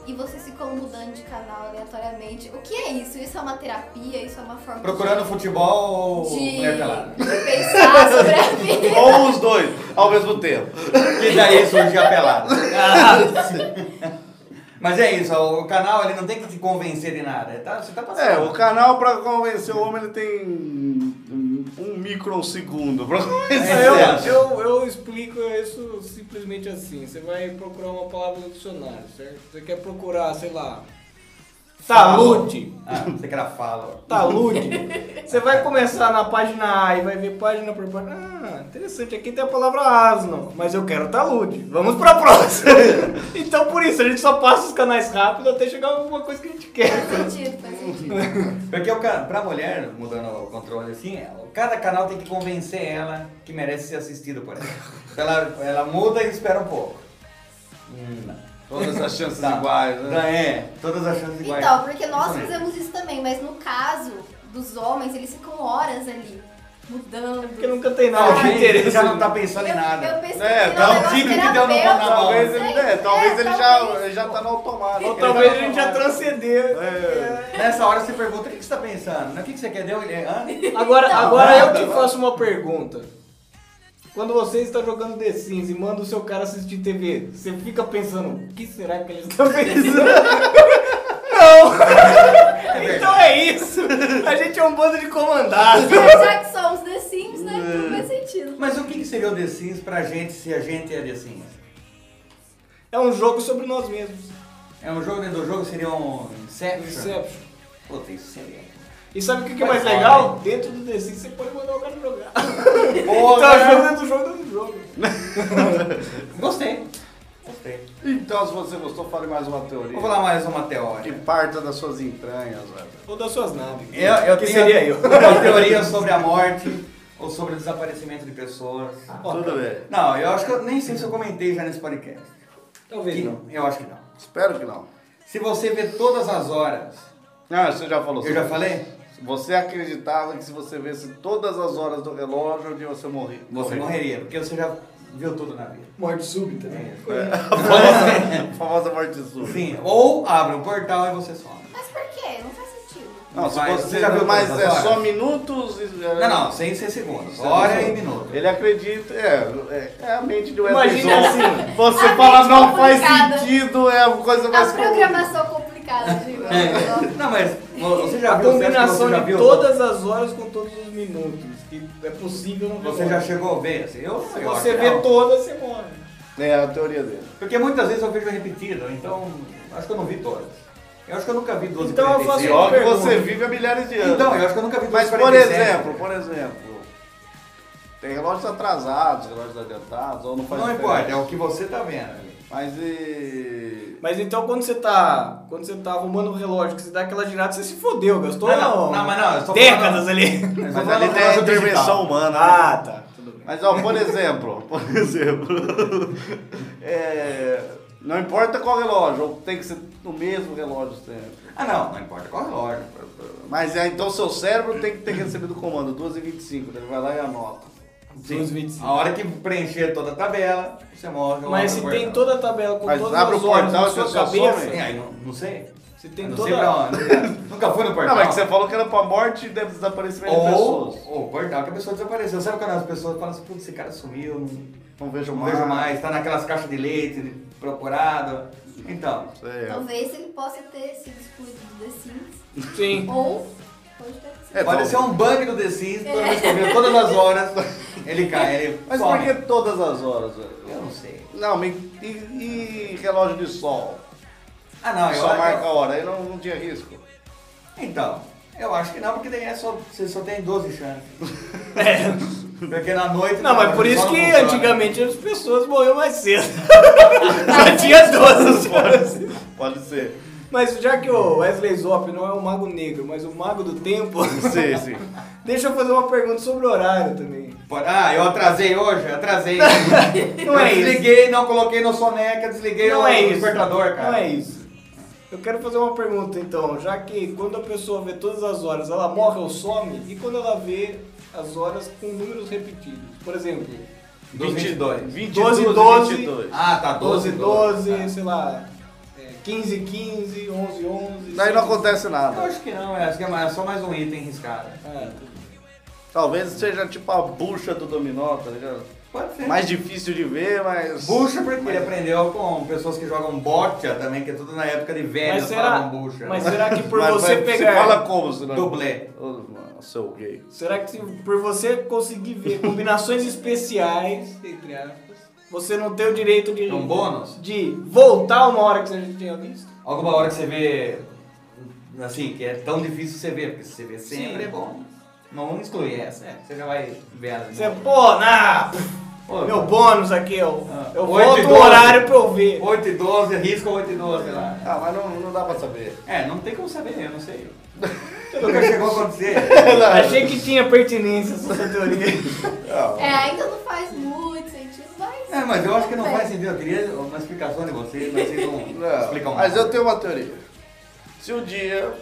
e vocês ficam mudando de canal aleatoriamente. O que é isso? Isso é uma terapia? Isso é uma forma Procurando futebol ou de, mulher pelada? de pensar sobre a vida? Ou os dois, ao mesmo tempo. E daí surgiu a pelada. Ah, Mas é isso, o canal ele não tem que te convencer de nada. Tá, você tá passando. É, o canal pra convencer o homem ele tem um um microsegundo pra convencer. É Eu, certo. eu, eu explico isso simplesmente assim. Você vai procurar uma palavra no dicionário, certo? Você quer procurar, sei lá, talude. Tá, Ah, você que era fala. Tá. Talude. Você vai começar na página A e vai ver página por página. Ah, interessante. Aqui tem a palavra asno, mas eu quero talude. Vamos pra próxima. então por isso, a gente só passa os canais rápido até chegar alguma coisa que a gente quer. Faz sentido, faz sentido. Porque o, ca- pra mulher, mudando o controle assim, é, cada canal tem que convencer ela que merece ser assistido por ela. Então ela, ela muda e espera um pouco. Hum, Todas as chances Tá. iguais, né? É, todas as chances iguais. Então, porque nós Isso mesmo. fizemos isso também, mas no caso dos homens, eles ficam horas ali, mudando. Porque nunca tem Não, nada a de gente interesse. já não tá pensando em Eu- Eu nada. pensei É, que dá era um um negócio tique que deu no terapêutico, Panamá. Talvez não ele, sei. é, talvez É, ele já, ele já tá no automático. Ou ele talvez tá a no gente já automático. transcendeu. É. Nessa hora você pergunta o que que você tá pensando. né? O que que você quer? Deu? Ele, hã? Agora, Então, agora eu nada. te faço uma pergunta. Quando você está jogando The Sims e manda o seu cara assistir TV, você fica pensando, o que será que eles estão pensando? Não! então é isso! A gente é um bando de comandados. É, Já que somos The Sims, né? É. Não faz sentido. Mas o que que seria o The Sims pra gente se a gente é The Sims? É um jogo sobre nós mesmos. É um jogo dentro do jogo, seria um É. Inception? Inception. Puta, isso seria. E sabe o que, que é Mas mais olha. legal? Dentro do The Sims você pode mandar o cara jogar. Então é jogo Porra! dentro do jogo, dentro do jogo. Gostei. Gostei. Então, se você gostou, fale mais uma teoria. Vou falar mais uma Que teoria. parta das suas entranhas, velho. Ou das suas naves. Eu, eu que tenho seria eu. uma teoria sobre a morte ou sobre o desaparecimento de pessoas. Tudo bem. Não, eu acho que eu nem sei se eu comentei já nesse podcast. Talvez Que- não. Eu acho que não. Espero que não. Se você vê todas as horas, Ah, você já falou. eu já falei? Você acreditava que se você visse todas as horas do relógio, um dia você morria. Você morreria, porque você já viu tudo na vida. Morte súbita. né? A famosa morte sua. Sim, ou abre um portal e você some. Mas por quê? Não faz sentido. Não, se Mas você você já viu mas todas é as só horas? minutos. e- Não, é não, sem ser segundos. Hora e minuto. Ele acredita, é, é, é a mente de Wesley Imagina Zon. assim. Você A fala, mente não faz complicada. sentido, é a coisa mais A comum. programação complicada, digo. Não, mas você já É. A viu você acha que combinação você já de viu? todas as horas com todos os minutos. Que é possível não Você já chegou a ver? assim, Eu, Se eu você acho que vê não. todas, você morre. É a teoria dele. Porque muitas vezes eu vejo repetido, então acho que eu não vi todas. Eu acho que eu nunca vi É 12 Então eu faço- E uma ó que pergunta. você vive há milhares de anos. Então, eu acho que eu nunca vi 12 Mas, por exemplo, por exemplo, tem relógios atrasados, relógios adiantados, ou não faz Não diferença. importa, é o que você tá vendo. ali. Mas e. Mas então quando você tá. Quando você tá arrumando um relógio, que você dá aquela girada, você se fodeu, gastou Não, não, não, mas não, eu estou décadas falando- ali. Eu tô Mas falando ali tem a relógio intervenção digital. humana. né? Ah, tá. Tudo bem. Mas ó, por exemplo, por exemplo, é, não importa qual relógio, ou tem que ser o mesmo relógio sempre. Ah, não, não importa qual relógio. Mas é, então seu cérebro tem que ter recebido o comando, 2h25, ele vai lá e anota. Sim. 2,25. A hora que preencher toda a tabela, você morre. Mas se tem toda a tabela com Mas todos abre os o olhos portal na e sua você só cabeça, some. É, aí não, não sei. você tem não sei pra toda. onde. Nunca fui no portal. Não, mas que você falou que era pra morte e deve desaparecimento de Ou, pessoas. ou o portal que a pessoa desapareceu. Sabe quando as pessoas falam assim, putz, esse cara sumiu, não Não vejo não mais. vejo mais, tá naquelas caixas de leite, de- procurado. Então, Sei. Talvez ele possa ter sido excluído do The Sims. Sim. Ou pode ter sido. É, pode então- ser um bug do The Sims, toda vez que eu vejo, todas as horas, ele cai, ele Mas some. por que todas as horas? velho? Eu não sei. Não, me- e, e relógio de sol? Ah, não, eu Só marca a eu- hora, aí não, não tinha risco. Então, eu acho que não, porque daí é só, você só tem 12 chances. Porque na noite... É. tá, Não, mas por só isso não que funciona. antigamente as pessoas morriam mais cedo. Já tinha 12 horas. Pode ser. Mas já que o Wesley Zop não é o mago negro, mas o mago do tempo, Sim, sim. deixa eu fazer uma pergunta sobre o horário também. Ah, eu atrasei hoje, atrasei. Não é eu isso. desliguei, não coloquei no soneca, desliguei Não o é isso. despertador, cara. Não é isso. Eu quero fazer uma pergunta então, já que quando a pessoa vê todas as horas, ela morre ou some, e quando ela vê as horas com números repetidos? Por exemplo, Dos 22. 12, 22, 12. 22. Ah, tá, 12, 12, 12, tá. sei lá, é, 15, 15, 11, 11. Daí não 7. acontece Eu nada. acho que não, eu acho que é mais- só mais um item riscado. Ah, tudo bem. Talvez seja tipo a bucha do dominó, tá ligado? Pode ser. Mais difícil de ver, mas. Bucha, porque ele aprendeu com pessoas que jogam boccia também, que é tudo na época de velho, Mas será, falavam um bucha. né? mas será que por Mas- você mas pegar. Você fala como, senão? Dublê. Ô, Seu gay. Será que se- por você conseguir ver combinações especiais, entre aspas, você não tem o direito de. É um bônus? De voltar uma hora que você já tinha visto? Alguma hora que você vê, assim, que é tão difícil você ver, porque se você vê sempre é bom. Não exclui essa, né? Você já vai ver as Você, é pô, na. Pô, Meu bônus aqui, eu, Ah, eu oito e volto o doze. horário pra eu ver. 8 e 12, risca 8 e 12 lá. Ah, mas não, não dá pra saber. É, não tem como saber, eu não sei. Nunca chegou a acontecer. Achei que tinha pertinência essa teoria. É, ainda não faz muito sentido, mas. É, mas eu acho que não faz sentido. Eu queria uma explicação de vocês, mas vocês um não, Não, explicam mas nada. eu tenho uma teoria. Se um dia,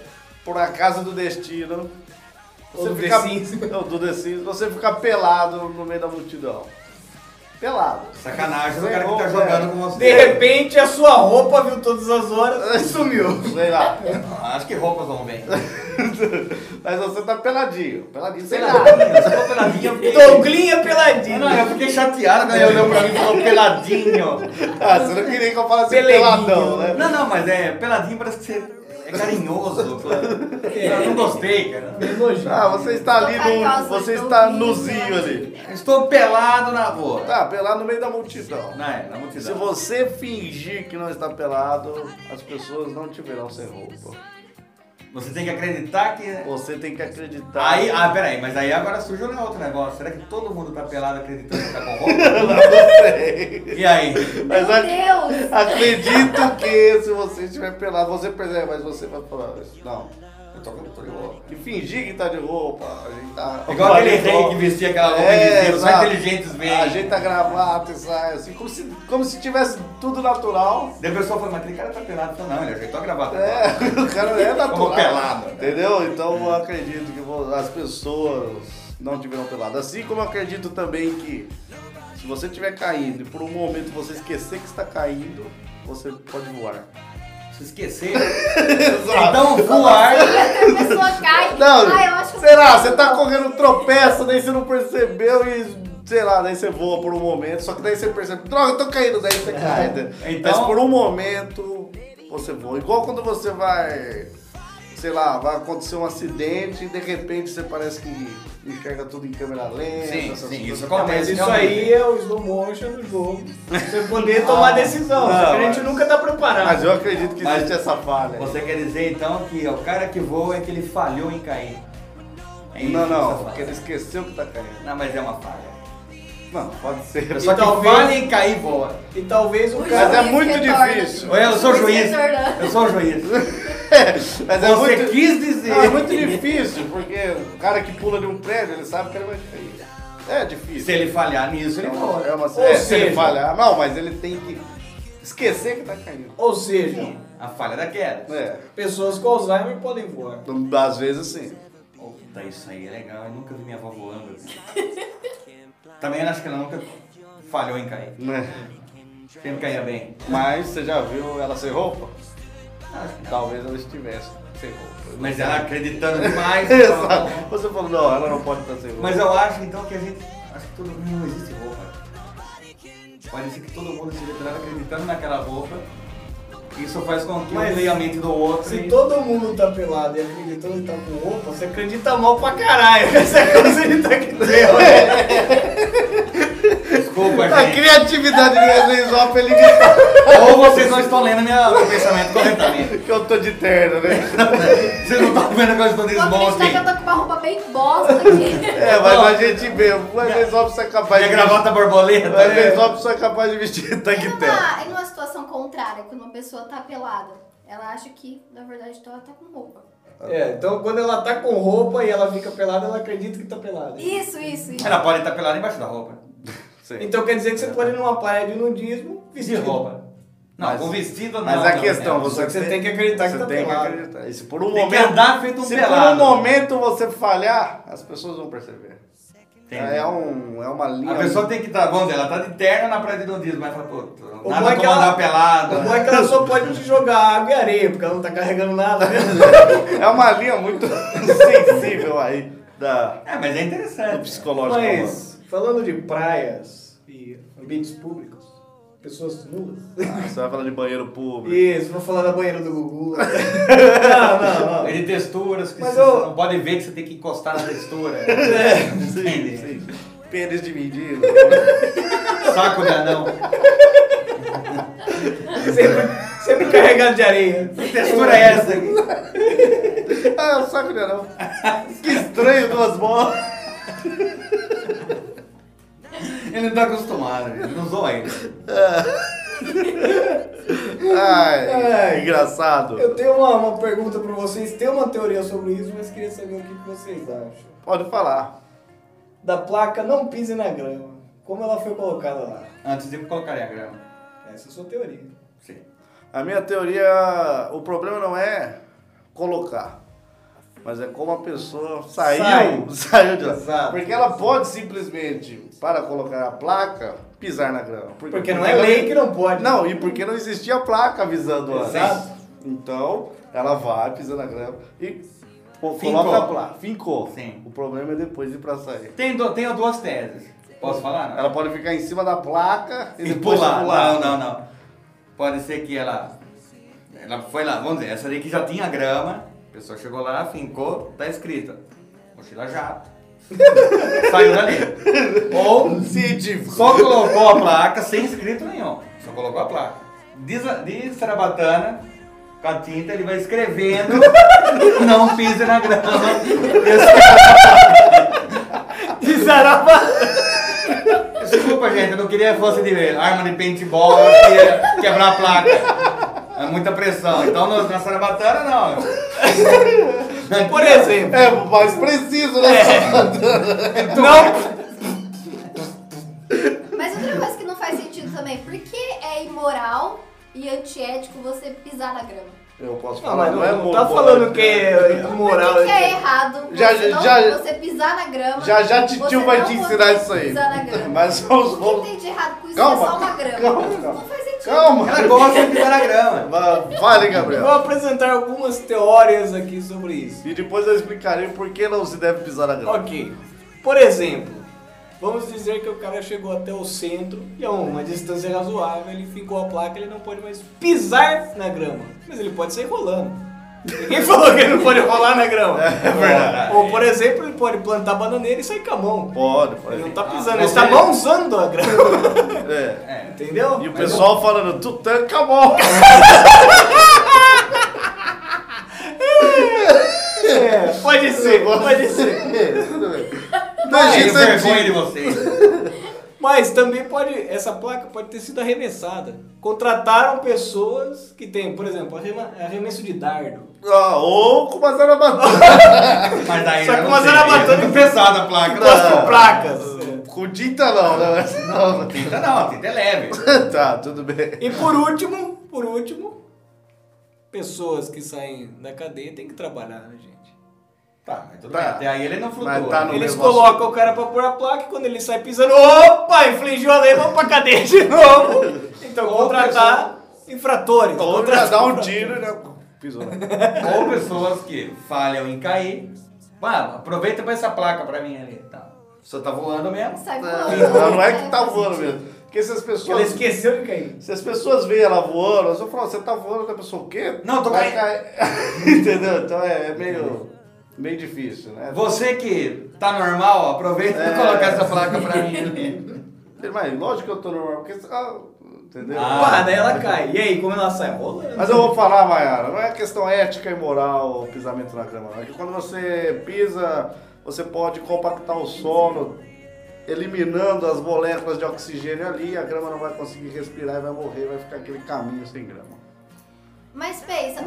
por acaso do destino, Ou você do ficar The Sims. Ou do The Sims, você ficar pelado no meio da multidão. Pelado. Sacanagem do Sei cara que lá, tá é. jogando com De você. repente a sua roupa viu todas as horas e sumiu. Sei lá. Ah, Acho que roupas vão bem. Mas você tá peladinho. Peladinho, é sei lá. Peladinha, você ficou peladinha. eu fiquei- Douglinha peladinha. Não, eu fiquei chateado, daí olhou pra mim e falou peladinho. Ah, você não queria que eu falasse Peleguinho. peladão, né? Não, não, mas é, peladinho parece que você é carinhoso. É. Eu não gostei, cara. Ah, você está ali no. Carinhosa, Você tô está ouvindo, nuzinho né? ali. Estou pelado na rua. Tá, pelado no meio da multidão. Não, é, na Se multidão. você fingir que não está pelado, as pessoas não te verão sem roupa. Você tem que acreditar que é- Você tem que acreditar. Aí, ah, peraí, mas aí agora surge um outro negócio. Será que todo mundo tá pelado acreditando que tá com roupa? e aí? Mas Meu ac- Deus! acredito que se você estiver pelado, você percebe, mas você vai falar, não. Eu tô, eu tô de roupa. E fingir que tá de roupa, tá ajeitar. Igual aquele rei paletó. que vestia aquela roupa e É, dizia, os mais exato. inteligentes veem. Ajeita a tá gravata e sai assim, como se, como se tivesse tudo natural. Daí o pessoal fala, mas aquele cara tá pelado. Eu falo, não, ele ajeitou a gravata. É, o cara é natural. Como pelado. Entendeu? Então eu acredito que vo- as pessoas não tiveram pelado. Assim como eu acredito também que se você estiver caindo e por um momento você esquecer que está caindo, você pode voar. Se esquecer, então voar. A é pessoa cai. Não, ah, eu acho que eu sei lá, vou- você tá correndo tropeça, daí você não percebeu e. Sei lá, daí você voa por um momento, só que daí você percebe, droga, eu tô caindo, daí você cai. né? É. Então- Mas por um momento você voa. Igual quando você vai sei lá, vai acontecer um acidente e de repente você parece que enxerga tudo em câmera lenta. Sim, essas sim, coisas. isso Não, mas acontece. isso realmente. Ah, aí é o slow motion do jogo. Pra Você poder tomar decisão. não, só que a gente mas- nunca tá preparado. Mas eu acredito que Mas- existe essa falha. Você quer dizer então que o cara que voa é que ele falhou em cair? É isso Não, que você não, fala. porque ele esqueceu que tá caindo. Não, mas é uma falha. Não, pode ser. Pessoa Então, que falha em cair voa. E talvez o O cara. é juiz muito retorna. difícil. Eu sou juiz juiz. retorna. Eu sou juiz. Mas é Você muito, quis dizer. não, é muito difícil, porque o cara que pula de um prédio, ele sabe que ele vai cair. É difícil. Se ele falhar nisso, ele É voa. uma, é uma- Ou é, se seja- ele falhar. Não, mas ele tem que esquecer que tá caindo. Ou seja, A falha da queda. É, pessoas com Alzheimer podem voar. às vezes sim. Puta, isso aí é legal. Eu nunca vi minha avó voando. Também acho que ela nunca falhou em cair. Né? Sempre caía bem. Mas você já viu ela sem roupa? Acho que não. Talvez ela estivesse sem roupa. Mas ela acreditando demais. então, Exato. Você falou, não, ela não pode estar sem roupa. Mas eu acho então que a gente. Acho que todo mundo não existe roupa. Pode ser que todo mundo se retrata acreditando naquela roupa. Isso faz com que Mas um leia a mente do outro. Se e- todo mundo tá pelado e acreditando que tá com roupa, você acredita mal pra caralho. Essa coisa ele tá que deu, né? Desculpa, A gente. criatividade do Wesley Zop, ele diz Ou vocês não estão lendo minha- meu pensamento corretamente. né? que eu tô de terno, né? Vocês não estão vendo que eu estou de Vou acreditar que eu smoking. tô com uma roupa bem bosta aqui. É, mas a gente mesmo. O Wesley Zop só é capaz Minha de vestir. gravata borboleta. O Wesley né? Zop só é capaz de vestir E tag numa, e numa situação contrária, quando uma pessoa tá pelada, ela acha que, na verdade, então ela tá com roupa. É, então quando ela tá com roupa e ela fica pelada, ela acredita que tá pelada. Isso, isso, isso. Ela pode estar pelada embaixo da roupa. Sim. Então quer dizer que você pode ir numa praia de nudismo De vestir roupa. Não, Mas- com vestido não. Mas a questão, né? Só você, que você tem que acreditar que você tá tem que pelado. acreditar. E se por um Tem que momento. andar feito um se pelado. por um momento você falhar, as pessoas vão perceber. Entendi. É, um, é uma linha. A pessoa tem que estar, vamos dizer, ela tá de terno na praia de nudismo, mas fala, pô, tô- O nada bom é como que ela- andar pelado. né?" O bom é que ela só pode te jogar água e areia, porque ela não tá carregando nada. né? É uma linha muito sensível aí da, É, mas é do interessante. psicológico humano. Mas, falando de praias e ambientes públicos, pessoas nuas. Ah, Você vai falar de banheiro público. Isso, vou falar da banheira do Gugu. não, não, não. E de texturas que Mas você eu- não pode ver que você tem que encostar na textura. Sim, Entende? sim. assim, Pênis de medida. Saco né? de anão. Sempre, sempre carregado de areia. Que textura é essa? aqui? ah, saco de não. Que estranho duas bolas. Ele não tá acostumado, ele não usou ainda. Ai, engraçado. Eu tenho uma, uma pergunta pra vocês, tem uma teoria sobre isso, mas queria saber o que que vocês acham. Pode falar. Da placa Não Pise na Grama, como ela foi colocada lá? Antes de colocar a grama. Essa é a sua teoria. Sim. A minha teoria, o problema não é colocar, mas é como a pessoa saiu, Sai. saiu de lá. Exato. Porque ela pode simplesmente, para colocar a placa, pisar na grama. Por- Porque não é lei que não pode. Não, e porque não existia placa avisando antes. Exato. Então, ela vai, pisa na grama e pô, Fincou. coloca a placa. Fincou. Sim. O problema é depois ir pra sair. Tem du- Tenho duas teses. Posso falar? Não? Ela pode ficar em cima da placa e, e depois pular. Não, não, não. Pode ser que ela. Ela foi lá, vamos dizer, essa ali que já tinha grama, a pessoa chegou lá, fincou, tá escrito. Mochila jato. Saiu dali. Ou Se de... só colocou a placa sem escrito nenhum. Só colocou a placa. De, Za- de Sarabatana, com a tinta, ele vai escrevendo. não pise na grama. De Sarapa! Desculpa, gente, eu não queria que fosse de arma de paintball, eu queria quebrar a placa. É muita pressão. Então no- na Sarabatana, não. Por exemplo, É, mas preciso, né? É. não... Mas outra coisa que não faz sentido também, por que é imoral e antiético você pisar na grama? Eu posso Não, falar, mas não, não, é não tá bom, falando né? que é imoral. Por que, que é errado Já- você, não- já- você pisar na grama? Já já Titio você vai não te poder ensinar isso aí. Pisar na grama. É, Mas O vamos, que vamos. tem de errado com isso? Calma, é só uma grama. calma, calma. Não faz sentido. Calma. Ela gosta de pisar na grama. Va- Vale, Eu Gabriel. vou apresentar algumas teorias aqui sobre isso. E depois eu explicarei por que não se deve pisar na grama. Ok. Por exemplo, vamos dizer que o cara chegou até o centro e a uma distância razoável, ele ficou a placa, ele não pode mais pisar na grama, mas ele pode sair rolando. Ninguém falou que ele não pode rolar, né, Grão? É verdade. Ou, por exemplo, ele pode plantar bananeira e sair com a mão. Pode, pode. Ele não tá pisando, ele está mãozando a grama. É. Entendeu? E o pessoal falando, tu tá acabou. É, pode ser, pode ser. Tudo bem. Ah, Mas eu isso é vergonha de- de vocês. Mas também pode. Essa placa pode ter sido arremessada. Contrataram pessoas que têm, por exemplo, arrema- arremesso de dardo. Ah, ou com uma zarabatana. Mas daí Só eu que não uma sei, zarabatana é muito pesada a placa. Nós com placas. Com tinta não, né? Mas- Não, Tinta não, tinta é leve. tá, tudo bem. E por último, por último, pessoas que saem da cadeia têm que trabalhar, né, gente? Tá, mas tudo Tá. bem. Até aí ele não flutuou. Mas tá no Eles mesmo colocam o cara pra pôr a placa e quando ele sai pisando, opa, infligiu a lei, vamos pra cadeia de novo. Então, Ou contratar infratores. Ou pra contratar dar um infratores. tiro, né? Pisou. né? Ou é pessoas que falham em cair. Mano, aproveita pra essa placa pra mim ali. Tá. Você tá voando mesmo? Sai voando. Não, não é que tá voando mesmo. Porque se as Ela pessoas. esqueceu de cair. Se as pessoas veem ela voando, elas vão falar, você tá voando, né, pessoa? O quê? Não, tô Vai caindo. cair. Entendeu? Então é, é meio, meio difícil, né? Você que tá normal, aproveita pra colocar essa placa pra mim ali. Mas lógico que eu tô normal, porque. Ah, entendeu? Ah. Pá, daí ela cai. E aí, como ela sai? Rolando. Mas eu vou falar, Mayara, não é questão ética e moral o pisamento na grama, não. É que quando você pisa, você pode compactar o solo, eliminando as moléculas de oxigênio ali, a grama não vai conseguir respirar e vai morrer, vai ficar aquele caminho sem grama. Mas pensa, o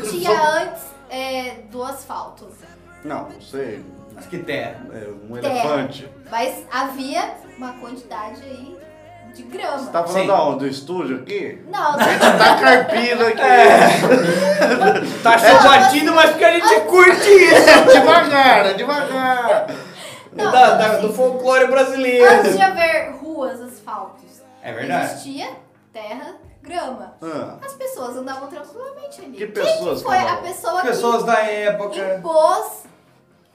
que tinha antes é, do asfalto? Não, não sei, Acho que terra. é um Terra. elefante. Mas havia uma quantidade aí de grama. Você tá falando Sim. aonde? Do estúdio aqui? É. Não, Tá carpindo aqui. Tá chupadinho, mas porque a gente curte isso. devagar, é devagar. Não, Da- não, Tá, da- do assim, folclore brasileiro. antes de haver ruas, asfaltos, É verdade. existia terra, grama. Ah, As pessoas andavam tranquilamente ali. Que Quem pessoas, que foi a Carol? pessoa Pessoas da que época. impôs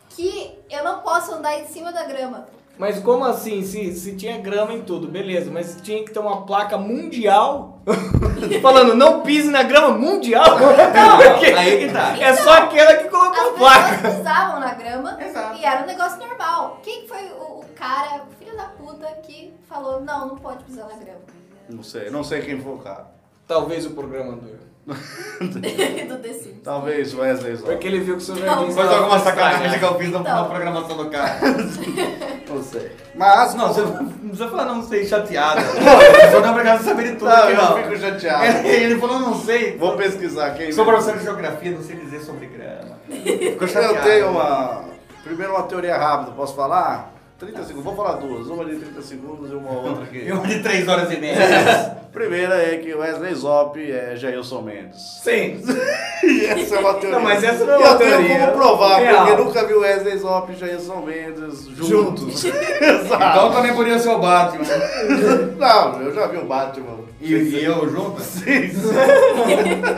que eu não posso andar em cima da grama? Mas como assim? Se, se tinha grama em tudo, beleza. Mas tinha que ter uma placa mundial falando não pise na grama mundial? Não, Porque Então, aí que tá. É só aquela que colocou As a placa. pessoas pisavam na grama Exato. e era um negócio normal. Quem foi o, o cara, o filho da puta, que falou, não, não pode pisar na grama? não sei, não sei quem foi o cara. Talvez o programador. Do The Sims. Talvez o Wesley Zó. Porque ele viu que o seu Não. jardim Foi estava alguma estragado. sacanagem que eu fiz na, na Então. programação do cara. Não sei. Mas, Não, você não precisa falar não sei chateada. Eu sou não obrigado a saber de tudo Não, aqui, eu não. fico chateado. Ele falou não sei. Vou pesquisar quem. Sou professor de geografia, não sei dizer sobre grama. Ficou chateado. Eu tenho uma. Primeiro uma teoria rápida, posso falar? 30 segundos, vou falar duas. Uma de 30 segundos e uma outra E que. uma de 3 horas e meia. Primeira é que Wesley Zop é Jailson Mendes. Sim. E essa é uma teoria. Não, mas essa não é uma Eu teoria. tenho como provar, Real. porque nunca vi Wesley Zop e Jailson Mendes juntos. então Exato. também podia ser o Batman. Não, eu já vi o Batman. E, e eu junto? Sim,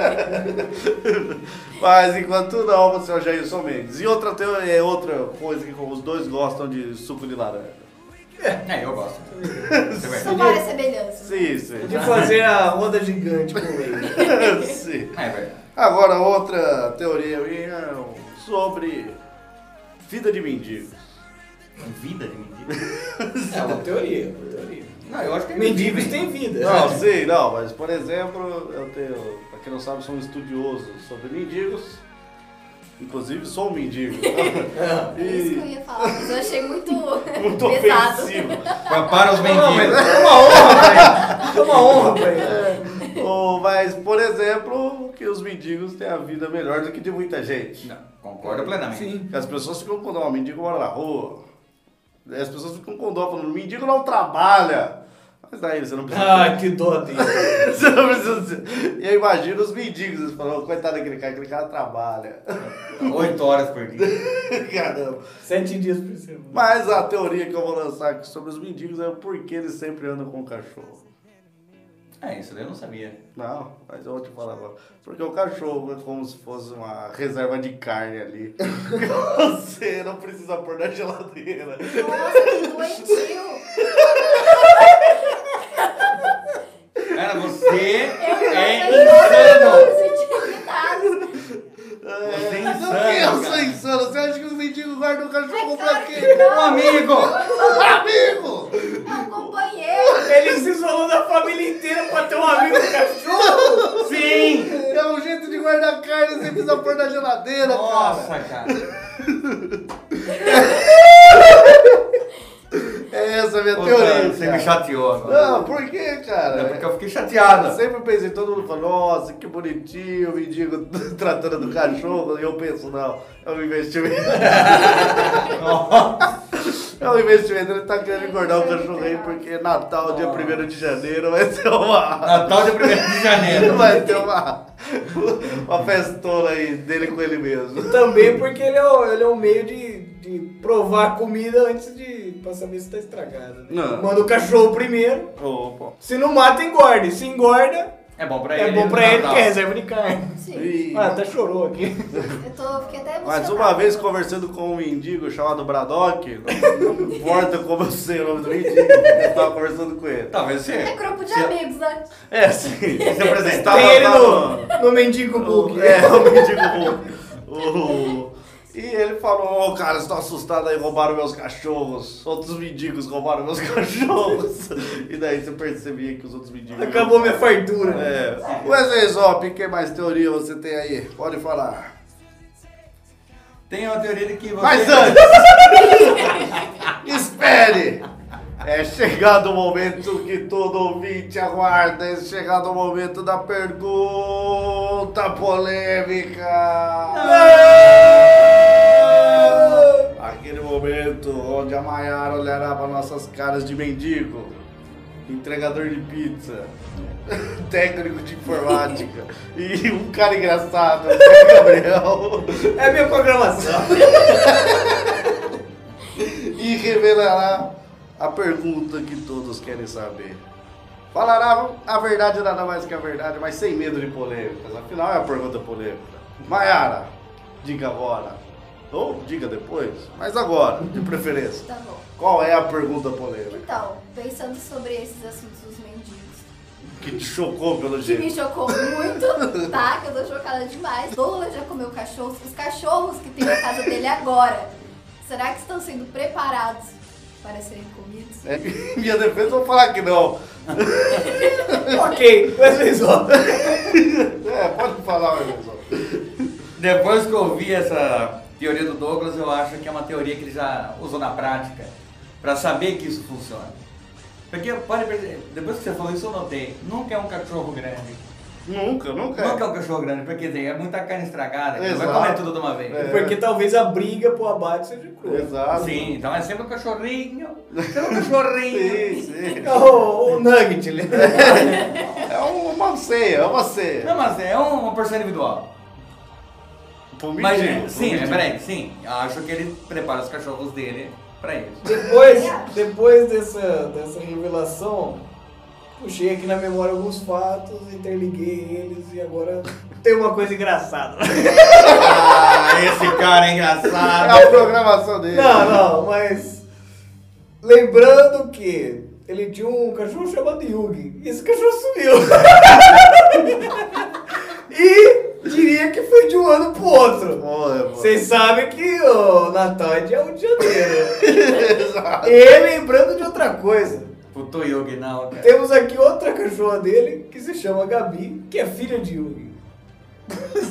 sim. Mas enquanto não, você é o Jailson Mendes. E outra, teo- é outra coisa que os dois gostam de suco de laranja. É, eu gosto. Você vai. São várias semelhanças. Sim, sim. De fazer a roda gigante com ele. sim. É verdade. Agora, outra teoria minha sobre vida de mendigo. Vida de mendigo? É uma teoria, uma teoria. Não, eu acho que é Mendigos têm vida. Não, sim, não, mas por exemplo, eu tenho, pra quem não sabe, sou um estudioso sobre mendigos. Inclusive, sou um mendigo. É isso que eu e ia falar, mas eu achei muito, muito pesado. ofensivo. Pra- Para os Não, mas mendigos. é uma honra pra ele. É uma honra pra ele. Ou, Oh, mas, por exemplo, que os mendigos têm a vida melhor do que de muita gente. Não, concordo plenamente. Sim. Que As pessoas ficam com dó, mendigo mora na rua. As pessoas ficam com dó, falando, mendigo não trabalha. Mas daí você não precisa. Ah, que dó dele. Você não precisa ser- E eu imagino os mendigos, eles falam, "Ô, coitado daquele cara, aquele cara trabalha. 8 Tá, horas por dia. Caramba. Sete dias por semana. Mas a teoria que eu vou lançar aqui sobre os mendigos é por que eles sempre andam com o cachorro. É, isso daí eu não sabia. Não, mas eu vou te falar agora. Porque o cachorro é como se fosse uma reserva de carne ali. Você não precisa pôr na geladeira. nossa, que doentio. Cara, você Eu é não sei, eu insano. é não senti irritado. amigo guarda o cachorro É pra claro quê? que não. Um amigo! Amigo! É um companheiro. Ele se isolou da família inteira pra ter um amigo cachorro. Sim! É um jeito de guardar carne, você precisa pôr na geladeira, cara. Nossa, cara. É essa a minha Ô, teoria. cara, Você cara. me chateou Não, agora. por quê, É cara? porque eu fiquei chateado. Sempre pensei, todo mundo fala, nossa, que bonitinho, o mendigo tratando do cachorro. E eu penso, não, é um investimento. É um investimento, ele tá querendo engordar o cachorro aí, porque é Natal, dia 1 de janeiro, vai ter uma. Natal de 1 de Ele janeiro. vai ter uma. Uma festona aí dele com ele mesmo. Também porque ele é, o- ele é um meio de, de provar a comida antes de. pra saber se tá estragada. né? Não. Manda o cachorro primeiro. Opa. Se não mata, engorda. E Se engorda, É bom pra ele. é bom pra ele porque é reserva de carne. Sim. Ih. Ah, até chorou aqui. Eu tô, fiquei até emocionada. Mas uma vez conversando com um mendigo chamado Braddock, não não importa como eu sei o nome do mendigo, eu tava conversando com ele. Talvez sim. É grupo de amigos, né? É, sim. Se apresentar. Tava- Tem ele tava- no, no Mendigo Book. tá É, o mendigo Hulk. O- E ele falou, ô cara, você tá assustado aí, roubaram meus cachorros. Outros mendigos roubaram meus cachorros. E daí você percebia que os outros mendigos... Acabou minha fartura. É. Wesley Zop, que mais teoria você tem aí? Pode falar. Tem uma teoria de que você. Mas antes! Espere! É chegado o momento que todo ouvinte aguarda, é chegado o momento da pergunta polêmica! É Aquele momento onde a Maiara olhará para nossas caras de mendigo, entregador de pizza, técnico de informática e um cara engraçado, o Gabriel. É minha programação. e revelará a pergunta que todos querem saber. Falará a verdade nada mais que a verdade, mas sem medo de polêmicas. Afinal, é a pergunta polêmica. Maiara, diga agora. Ou diga depois, mas agora, de preferência. Tá bom. Qual é a pergunta polêmica? Então, pensando sobre esses assuntos dos mendigos, Que te chocou pelo que me jeito. chocou muito, tá? Que eu tô chocada demais. Douglas já comeu cachorros. Os cachorros que tem na casa dele agora, será que estão sendo preparados para serem comidos? É, em minha defesa, eu vou falar que não. ok, Wesley Zop. É, pode falar, meu irmão. Depois que eu ouvi essa teoria do Douglas, eu acho que é uma teoria que ele já usou na prática pra saber que isso funciona. Porque pode perceber, depois que você falou isso eu notei, nunca é um cachorro grande. Nunca, nunca. Nunca é um cachorro grande, porque tem é muita carne estragada, que não vai Exato. comer tudo de uma vez. É. Porque talvez a briga pro abate seja crua. Exato. Sim, então é sempre um cachorrinho, sempre um cachorrinho. Sim, sim. O, o Nugget, né? É uma ceia, é uma ceia. Não, mas é uma porção individual. Pro Mas, mendigo, pro sim, mendigo. peraí, sim, acho que ele prepara os cachorros dele pra isso. Depois, depois dessa, dessa revelação, puxei aqui na memória alguns fatos, interliguei eles e agora tem uma coisa engraçada. Ah, esse cara é engraçado. É a programação dele. Não, não, mas lembrando que ele tinha um cachorro chamado Yugi. Esse cachorro sumiu. e diria que foi de um ano pro outro. Pô, é, pô. Vocês sabem que o Natal é dia 1 de janeiro. e lembrando de outra coisa. Puto Yogi, não, cara. Temos aqui outra cachorra dele que se chama Gabi, que é filha de Yugi.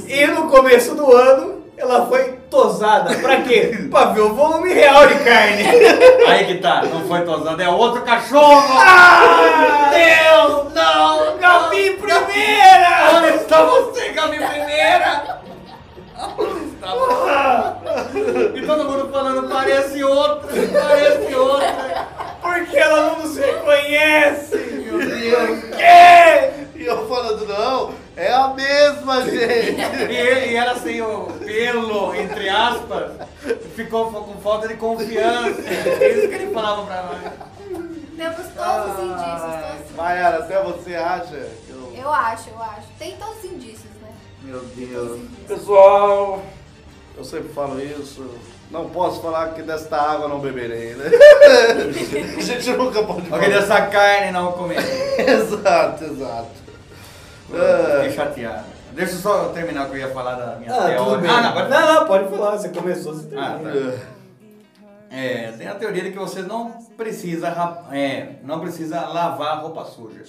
E no começo do ano ela foi tosada. Pra quê? pra ver o volume real de carne. Aí que tá, não foi tosado, é outro cachorro! Ah, Deus, não! Gabi primeira! Ah, Onde está você, Gabi Primeira? Onde está você? E todo mundo falando, parece outro, parece outro. Por que ela não nos reconhece? Meu Deus. Que? E eu falando, não, é a mesma, gente. E, ele- e ela sem o pelo, entre aspas, ficou fo- com falta de confiança. É isso que ele falava pra nós. Temos todos os indícios, todos os Maiara, até você acha que eu... Eu acho, eu acho. Tem todos os indícios, né? Meu Todos Deus. os indícios. Pessoal, eu sempre falo isso. Não posso falar que desta água não beberei, né? A gente nunca pode falar. Alguém dessa carne não comer. Exato, exato. Fiquei Ah, chateado. Deixa eu só terminar o que eu ia falar da minha Ah, teoria. tudo bem. Ah, não, pode falar. não, não, pode falar. Você começou, você Ah, terminou. tá. É, tem a teoria de que você não precisa, ra- é, não precisa lavar roupa suja.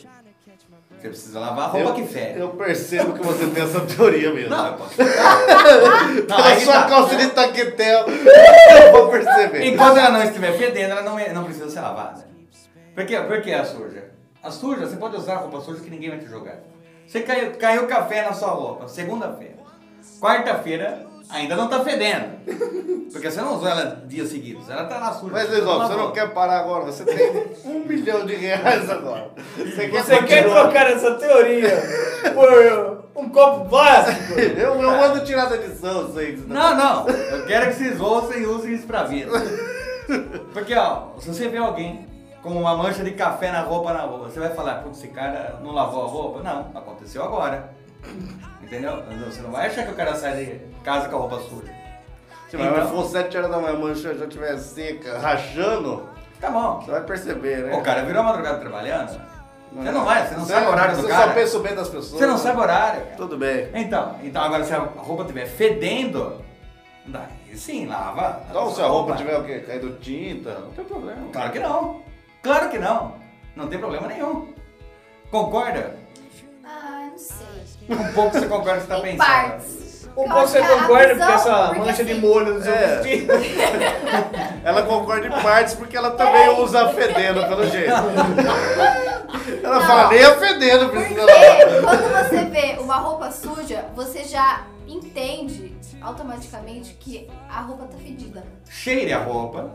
Você precisa lavar a roupa eu, que fede. Eu percebo que você tem essa teoria mesmo. Não, eu posso explicar. Não, Pela aí que sua tá. calça é de taquetel, eu vou perceber. Enquanto ela não estiver fedendo, ela não, é- não precisa ser lavada. Por que, por que a suja? A suja, você pode usar roupa suja que ninguém vai te jogar. Você caiu, caiu café na sua roupa, segunda-feira. Quarta-feira, ainda não tá fedendo. Porque você não usou ela dias seguidos, ela tá lá suja. Mas, Luiz, Alves, você não lavou. quer parar agora, você tem um milhão de reais agora. Você quer Você quer continuar? trocar essa teoria por um copo plástico? Eu, eu mando tirar da lição, vocês. Não, não. Eu quero que vocês ouçam e usem isso pra vida. Porque, ó, se você vê alguém com uma mancha de café na roupa na rua, você vai falar, putz, esse cara não lavou a roupa? Não, aconteceu agora. Entendeu? Você não vai achar que o cara sai de casa com a roupa suja. Se então... Então- for 7 horas da manhã, a mancha já estiver seca, rachando, Tá bom. você vai perceber, né? O cara virou a madrugada trabalhando. Você não vai, você não Você- sabe o horário do Você cara. só pensa o bem das pessoas. Você não sabe o horário, cara. Tudo bem. Então, então agora se a roupa estiver fedendo, daí sim, lava. Então, se a roupa tiver o quê? Caindo tinta, não tem problema. Claro que não. Claro que não. Não tem problema nenhum. Concorda? Ah, não sei. Um pouco você concorda que você tá Em pensando. partes. Um Eu pouco acho você que é a concorda porque visão- essa porque mancha de assim, molho no seu É. vestido. Ela concorda em partes porque ela também usa fedendo, pelo jeito. Ela fala, Não. nem a fedendo Porque precisa lavar. é, quando você vê uma roupa suja, você já entende automaticamente que a roupa tá fedida. Cheire a roupa.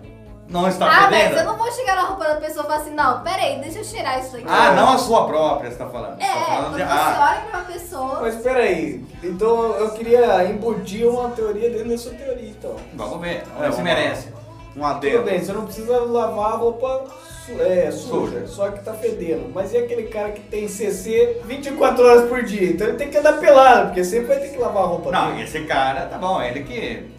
Não está ah, Tá fedendo? mas eu não vou chegar na roupa da pessoa e falar assim, não, peraí, deixa eu cheirar isso aqui. Ah, não a sua própria, você tá falando. Você É, tá falando quando de- você Ah, olha pra uma pessoa, Mas peraí, então eu queria embutir uma teoria dentro da sua teoria, então. vamos ver. Vamos ver É, se vamos merece. Um Tudo adendo. bem, você não precisa lavar a roupa su- é, suja, Suja. só que tá fedendo. Mas e aquele cara que tem CC 24 horas por dia? Então ele tem que andar pelado, porque sempre vai ter que lavar a roupa Não, dele. esse cara, tá bom, ele que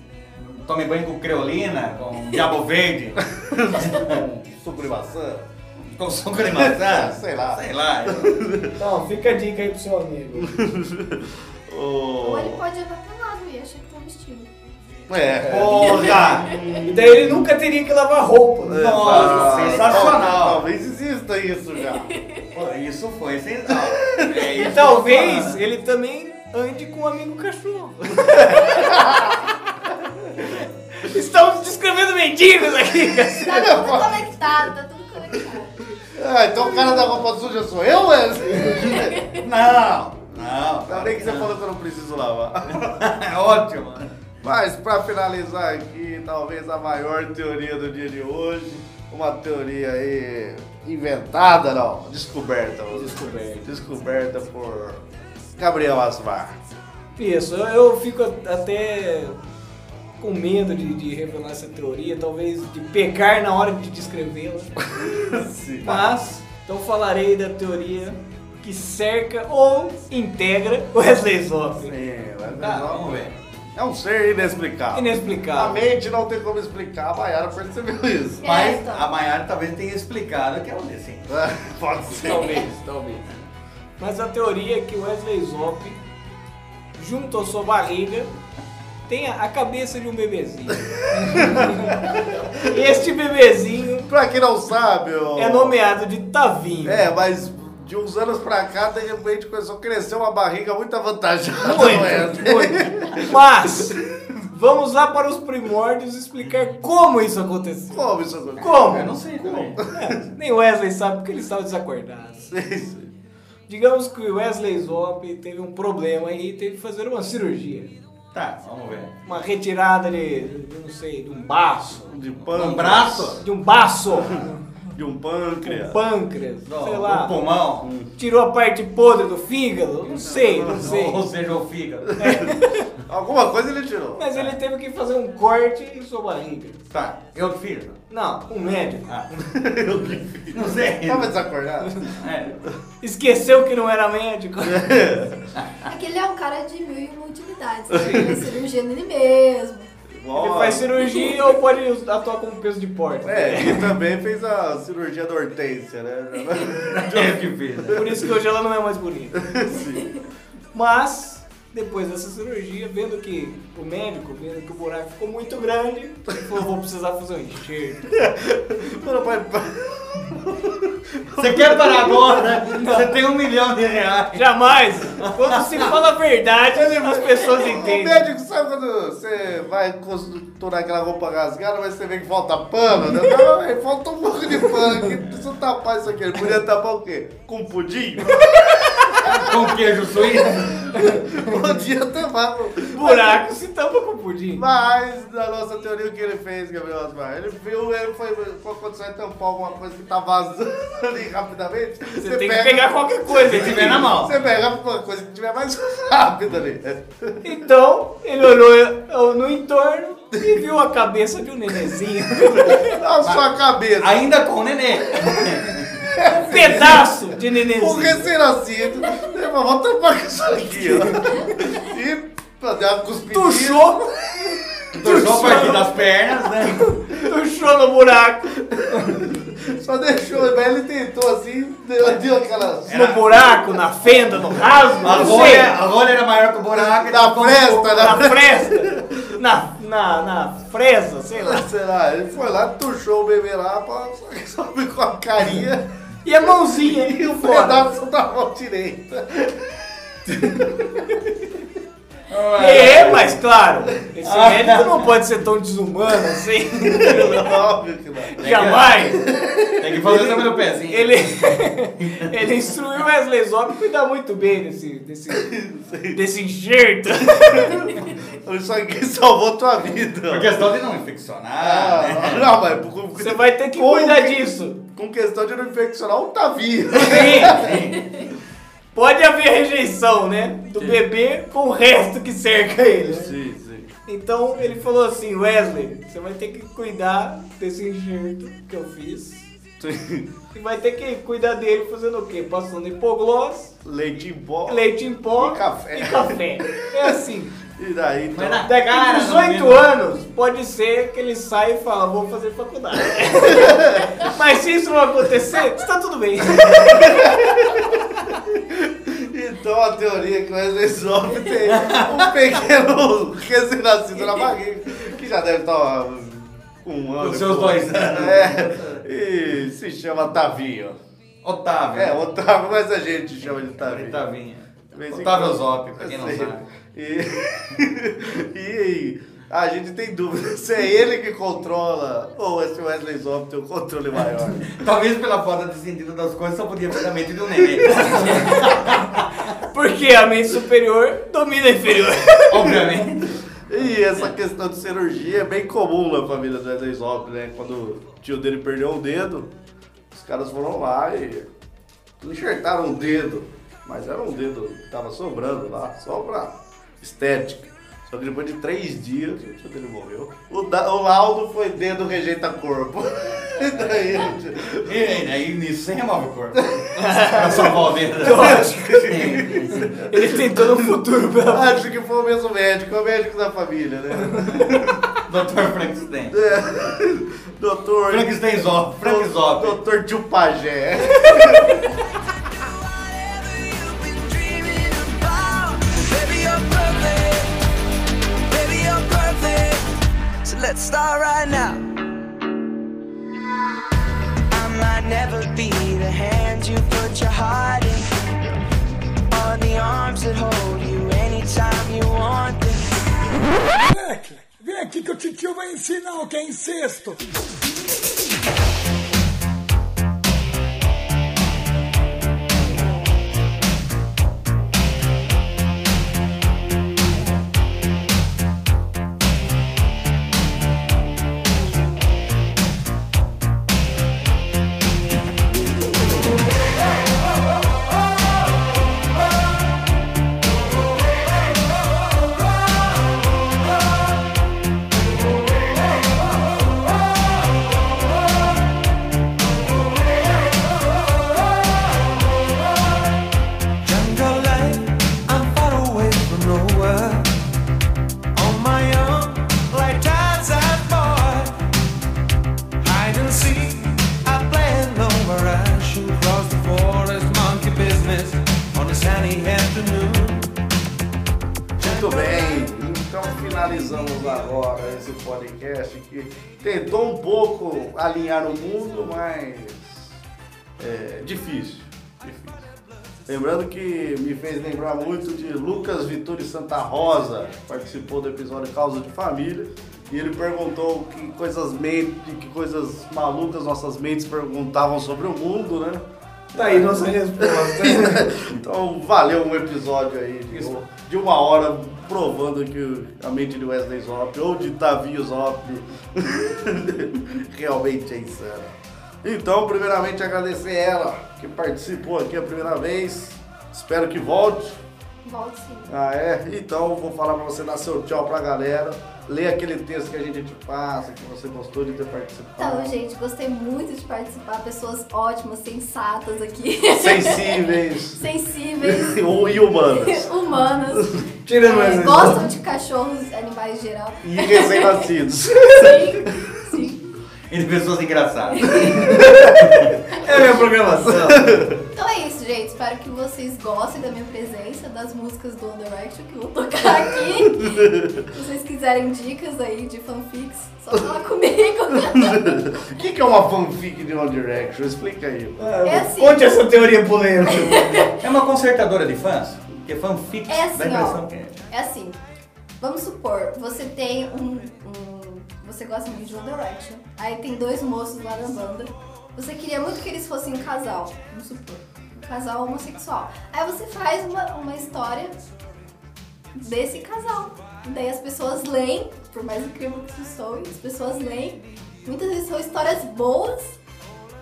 tome banho com creolina, com diabo verde, Suco de maçã. com suco de maçã. Sei lá. Sei lá. Então, fica a dica aí pro seu amigo. ou ele Oh. pode andar pelado e achar que tá vestido. É. Porra! e daí ele nunca teria que lavar roupa. É, né? Nossa, Ah, sensacional. Talvez exista isso já. Pô, Isso foi sensacional. É isso E que eu tô talvez falando. ele também ande com um amigo cachorro. Estamos descrevendo mendigos aqui, cara. Tá tudo conectado, tá tudo conectado. Ah, então o cara da roupa suja sou eu, é? Não, não. Ainda bem que você falou que eu não preciso lavar. É ótimo. Mas pra finalizar aqui, talvez a maior teoria do dia de hoje, uma teoria aí inventada, não, descoberta. vamos dizer. Descoberta. Descoberta por Gabriel Asmar. Isso, eu, eu fico a- até com medo de, de revelar essa teoria, talvez de pecar na hora de descrevê-la. Sim. Mas, então falarei da teoria que cerca ou integra o Wesley Zop. Sim, mas Tá, não- vamos ver. É um ser inexplicável. A Inexplicável. mente não tem como explicar, a Mayara percebeu isso. É, Mas então. a Mayara talvez tenha explicado que é um decente. Pode ser. Talvez, talvez. Mas a teoria é que o Wesley Zop, junto à sua barriga, tenha a cabeça de um bebezinho. este bebezinho Pra quem não sabe, eu... é nomeado de Tavinho. É, mas de uns anos pra cá, de repente começou a crescer uma barriga muito avantajada. não é? Muito, muito. Mas vamos lá para os primórdios explicar como isso aconteceu. Como isso aconteceu? Como? Eu não sei também. É, nem Wesley sabe porque ele estava desacordado. Digamos que o Wesley Zop teve um problema e teve que fazer uma cirurgia. Tá, vamos ver. Uma retirada de, de não sei, de um baço. De Um pâncreas. braço? De um baço. De um Um pâncreas. pâncreas, sei um lá. pulmão? Tirou a parte podre do fígado? Não sei, não sei. Ou seja, o fígado. Alguma coisa ele tirou. Mas ele teve que fazer um corte em sua barriga. Tá, eu que fiz. Não, um médico. Ah. Não sei. Tava desacordado? É. Esqueceu que não era médico. Aquele é um cara de mil e uma utilidades, né? ele é cirurgião nele mesmo. Ele faz cirurgia ou pode atuar como peso de porta. É, e também fez a cirurgia da hortência, né? Eu que fiz. né? Por isso que hoje ela não é mais bonita. Mas Depois dessa cirurgia, vendo que o médico, vendo que o buraco ficou muito grande, ele falou, vou precisar fazer um enxerto. Mano, pai, pai. Você quer parar agora, né? Você tem um milhão de reais. Jamais! Quando se fala a verdade, as pessoas O entendem. médico sabe quando você vai costurar aquela roupa rasgada, mas você vê que falta pano? Né? Não, velho, falta um pouco de pano aqui, preciso tapar isso aqui. Ele podia tapar o quê? Com pudim? Com queijo suíço. Podia tapar com... Buraco se tampa com pudim. Mas, na nossa teoria, o que ele fez, Gabriel Osmar? Ele viu, ele foi com a condição de tampar alguma coisa que tá vazando ali rapidamente. Você, tem que pegar qualquer coisa Se tiver na mão. Você pega uma coisa que tiver mais rápida ali. Então, ele olhou no entorno e viu a cabeça de um nenenzinho. Na sua cabeça. Ainda com o nenê. Um pedaço de O nenenzinho. recém-nascido, né, mas vou tampar com isso aqui, ó. E pô, deu uma cuspidinha. Tuchou, Puxou a partir das pernas, né? tuchou no buraco. Só deixou, mas ele tentou assim, deu, deu aquela. No buraco, na fenda, no rasgo, A não sei. rolha, a rolha era maior que o buraco. Na fresta, né? na Na fresta. fresta. Na, na, na fresa, sei lá. Sei lá, ele foi lá, tuchou o bebê lá, pra- só que só ficou a carinha E a mãozinha e o fora. pedaço da mão direita. É, mas claro, esse médico não pode ser tão desumano assim. Óbvio que não. Jamais. Tem que fazer também no pezinho. Ele, ele instruiu o Wesley Zop cuidar muito bem desse, desse, desse enxerto. Isso aqui salvou tua Por vida. questão de não infeccionar, né? Ah, não, mas com, Você vai ter que Como cuidar que- disso. com questão de não infeccionar o Tavinho. Pode haver rejeição, né? Do bebê com o resto que cerca ele. né? Sim, sim. Então ele falou assim: Wesley, você vai ter que cuidar desse enxerto que eu fiz. E vai ter que cuidar dele fazendo o quê? Passando hipoglós, Leite em pó. leite em pó E café. e café. É assim. E daí, então. na- Daqui Cara, a não 18 duvido. anos, pode ser que ele saia e fala, vou fazer faculdade. Mas se isso não acontecer, está tudo bem. Então a teoria é que o Wesley Zop tem um pequeno recém-nascido na barriga, que já deve estar com um ano. Os seus pô. dois anos. É, e se chama Tavinho. Otávio. né? É, Otávio, mas a gente chama de Tavinho. tá Otavinha. De vez em Otávio quando. Zop, pra quem não Sim. sabe. E, e a gente tem dúvida se é ele que controla ou é se o Wesley Zop tem o controle maior. Talvez pela falta de sentido das coisas, só podia ter a mente de um nenê. Porque a mente superior domina a inferior. Obviamente. E essa questão de cirurgia é bem comum na família do Wesley Zop, né? Quando o tio dele perdeu o dedo, os caras foram lá e enxertaram o dedo. Mas era um dedo que tava sobrando lá, só pra estética. Só que depois de três dias, o tio dele morreu. O, da- o laudo foi dedo rejeita corpo. E daí, gente, E aí, né? E nisso você remove o corpo. Pra salvar o dedo. Lógico. Ele tentou no futuro pela acho que foi o mesmo médico, é o médico da família, né? Doutor Frankenstein. É. Doutor. Frankenstein Zop. Frank Zop. Doutor Tio Pajé. Let's start right now. I might never be the hand you put your heart in, or the arms that hold you anytime you want them. Vem aqui que o titio vai ensinar o que é incesto. Thank começamos então agora esse podcast que tentou um pouco alinhar o mundo, mas é difícil. difícil. Lembrando que me fez lembrar muito de Lucas Vittori Santa Rosa, que participou do episódio Causa de Família, e ele perguntou que coisas, men- que coisas malucas nossas mentes perguntavam sobre o mundo, né? Tá aí nossa resposta. Então valeu um episódio aí de, de uma hora provando que a mente de Wesley Zop ou de Davi Zop realmente é insana. Então, primeiramente agradecer ela que participou aqui a primeira vez. Espero que volte. Volte sim. Ah, é? Então eu vou falar pra você dar seu tchau pra galera. Lê aquele texto que a gente te passa, que você gostou de ter participado. Então, gente, gostei muito de participar. Pessoas ótimas, sensatas aqui. Sensíveis Sensíveis. e humanas. Humanas. Tirando É, mais um. gostam de cachorros, animais em geral. E recém-nascidos. Sim, sim. Entre pessoas engraçadas. É a minha programação. Então é isso, gente. Espero que vocês gostem da minha presença, das músicas do One Direction que eu vou tocar aqui. Se vocês quiserem dicas aí de fanfics, só falar comigo. O que, que é uma fanfic de One Direction? Explica aí. É assim. Conte essa teoria polêmica. É uma consertadora de fãs? Porque fanfic É dá a assim, impressão ó. que é. É assim. Vamos supor, você tem um. um- você gosta muito de One Direction. Aí tem dois moços lá na banda. Você queria muito que eles fossem um casal. Vamos supor. Um casal homossexual. Aí você faz uma, uma história desse casal. Daí as pessoas leem, por mais incrível que isso soe, as pessoas leem. Muitas vezes são histórias boas,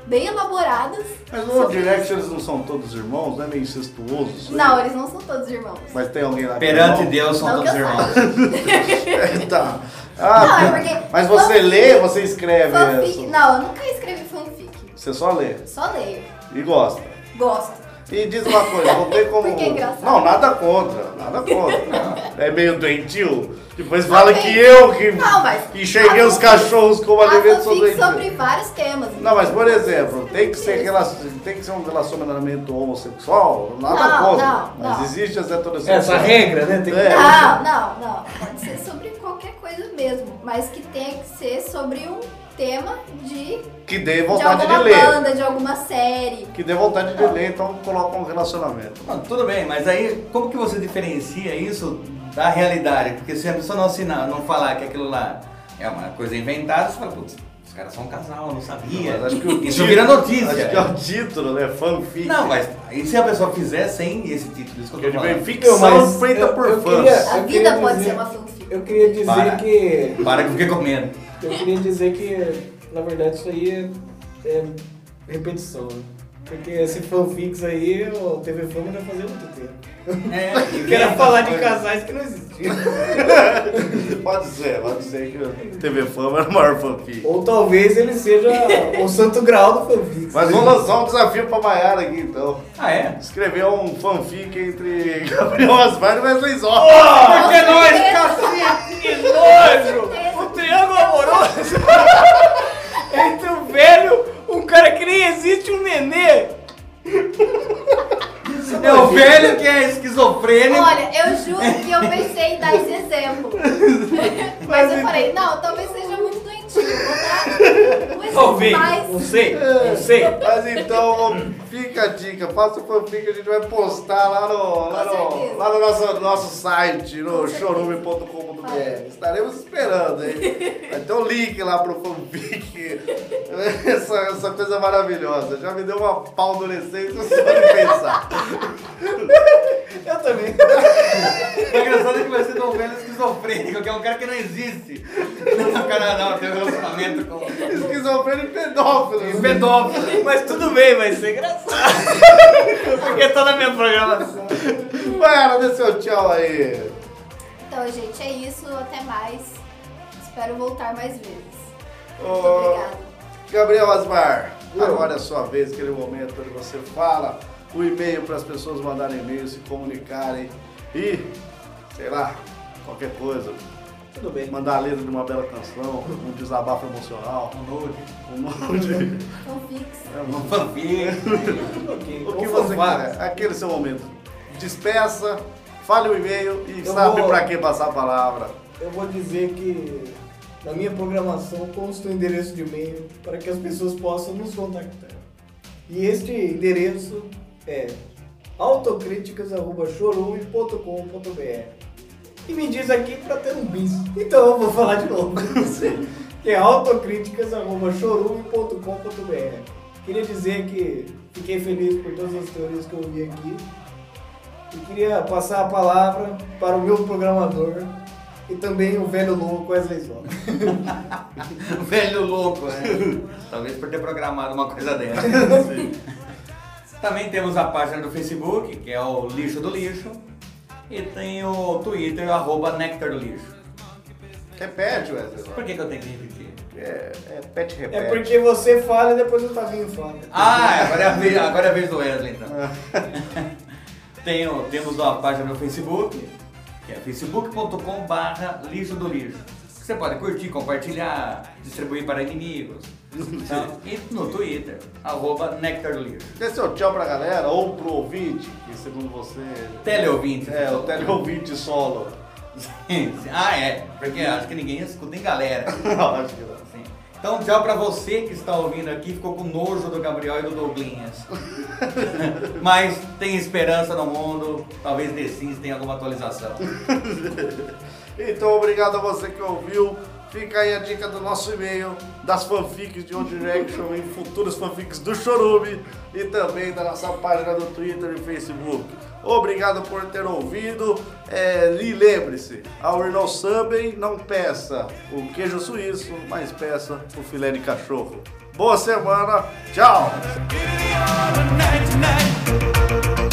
bem elaboradas. Mas no One sobre- Direction eles não são todos irmãos, não é meio incestuoso? isso aí? Não, eles não são todos irmãos. Mas tem alguém lá que é Perante irmão? Deus são Não todos que eu irmãos. tá. Ah, Não, é porque Mas você fanfic- lê ou você escreve Fanfic. essa? Não, eu nunca escrevi fanfic. Você só lê Só leio. e gosta. Gosto. E diz uma coisa, não tem como. Porque é engraçado. não, nada contra, nada contra. não. É meio doentio. Depois fala tem. que eu que Não, mas- enxerguei os cachorros como Há alimento sou fanfics doentio. sobre vários temas. Não, mas por exemplo, tem que ser, rela- tem que ser um relacionamento homossexual? Nada Não, contra. não, mas não. existe as heterossexuais. Essa regra, né? Tem que... É. Não, não, não. Pode ser sobre qualquer coisa mesmo. Mas que tenha que ser sobre um tema de, de Que dê vontade de, alguma ler. banda, de alguma série. Que dê vontade de ler, então coloca um relacionamento. Não, tudo bem, mas aí como que você diferencia isso da realidade? Porque se a pessoa não assinar, não falar que aquilo lá é uma coisa inventada, você fala, putz, os caras são um casal, eu não sabia. Mas acho que o isso título- vira notícia. Acho que é o título, né? Fanfic. é Não, mas e se a pessoa fizer sem esse título? Isso que eu Porque tô vem falando. ficção Mas feita eu- por eu fãs. queria- A Eu vida pode dizer- ser uma fanfic. Eu queria dizer Para. que... Para que eu fiquei com medo. Eu queria dizer que, na verdade, isso aí é, é repetição, né? Porque esse fanfics aí, o TV Fama vai fazer muito tempo. É, Eu quero falar de casais que não existiam. Pode ser, pode ser que o TV Fama era o maior fanfic. Ou talvez ele seja o santo grau do fanfics. Mas vamos lançar um desafio pra Maiara aqui então. Ah, é? Escrever um fanfic entre Gabriel Asmar e Wesley Zó. Porque nós, cacete, que nojo! O um triângulo amoroso! Entre o velho, um cara que nem existe, um nenê! É o velho que é esquizofrênico. Olha, eu juro que eu pensei em dar esse exemplo. Mas eu falei, então- não, talvez seja muito doentio. Vou dar um exemplo Talvez, não mais. sei, não sei. Mas então, fica a dica, faça o fanfic, a gente vai postar lá no, lá Com no, certeza. lá no nosso, nosso site, no Com certeza. chorume.com.br. Estaremos esperando, hein? Vai ter um link lá pro fanfic. Essa, essa coisa maravilhosa. Já me deu uma pau adolescente só de pensar. Eu também. O engraçado é que vai ser de um velho esquizofrênico, que é um cara que não existe. Não, cara, não, tem um relacionamento com. um Esquizofrênico e pedófilo. Pedófilo. Mas tudo bem, vai ser engraçado. Porque tá na minha programação. Mara, dê seu tchau aí. Então, gente, é isso. Até mais. Espero voltar mais vezes. Muito Ô, obrigada. Gabriel Asmar, agora é a sua vez, aquele momento onde você fala o e-mail para as pessoas mandarem e-mail, se comunicarem e, sei lá, qualquer coisa. Tudo bem. Mandar a letra de uma bela canção, um desabafo emocional, Um nude. um nude, É Fanfics. Um fanfic. Ok, o vou que você fofar. quiser. Aquele seu momento. Despeça, fale o e-mail e Eu sabe vou- para quem passar a palavra. eu vou dizer que na minha programação consta um endereço de e-mail para que as pessoas possam nos contactar. E este endereço é autocríticas.chorume.com.br E me diz aqui para ter um bis. Então eu vou falar de novo pra você, que é autocríticas.chorume.com.br Queria dizer que fiquei feliz por todas as teorias que eu vi aqui. E queria passar a palavra para o meu programador e também o velho louco Wesley Zona. Velho louco, né? Talvez por ter programado uma coisa dessa. Também temos a página do Facebook, que é o Lixo do Lixo. E tem o Twitter, arroba Nectar do Lixo. Repete, Wesley. Por que, que eu tenho que repetir? É, é pet repete. É porque você fala e depois o Tavinho fala. Ah, agora é a vez, agora é a vez do Wesley, então. Tem o- temos a página no Facebook, que é facebook.com barra lixo do lixo. Você pode curtir, compartilhar, distribuir para inimigos. Então, e no Twitter, arroba Nectar do Lixo. Dê seu tchau pra galera ou pro ouvinte, que segundo você. Teleouvinte. É, o teleouvinte solo. ah, é. Porque acho que ninguém escuta em galera. Não, acho que não. Sim. Então, tchau pra você que está ouvindo aqui, ficou com nojo do Gabriel e do Douglinhas. Mas tem esperança no mundo, talvez The Sims tenha alguma atualização. Então, obrigado a você que ouviu. Fica aí a dica do nosso e-mail, das fanfics de One Direction e futuras fanfics do Chorume e também da nossa página do Twitter e Facebook. Obrigado por ter ouvido. É, e lembre-se, ao no Subway não peça o queijo suíço, mas peça o filé de cachorro. Boa semana, tchau! Give me all the night tonight.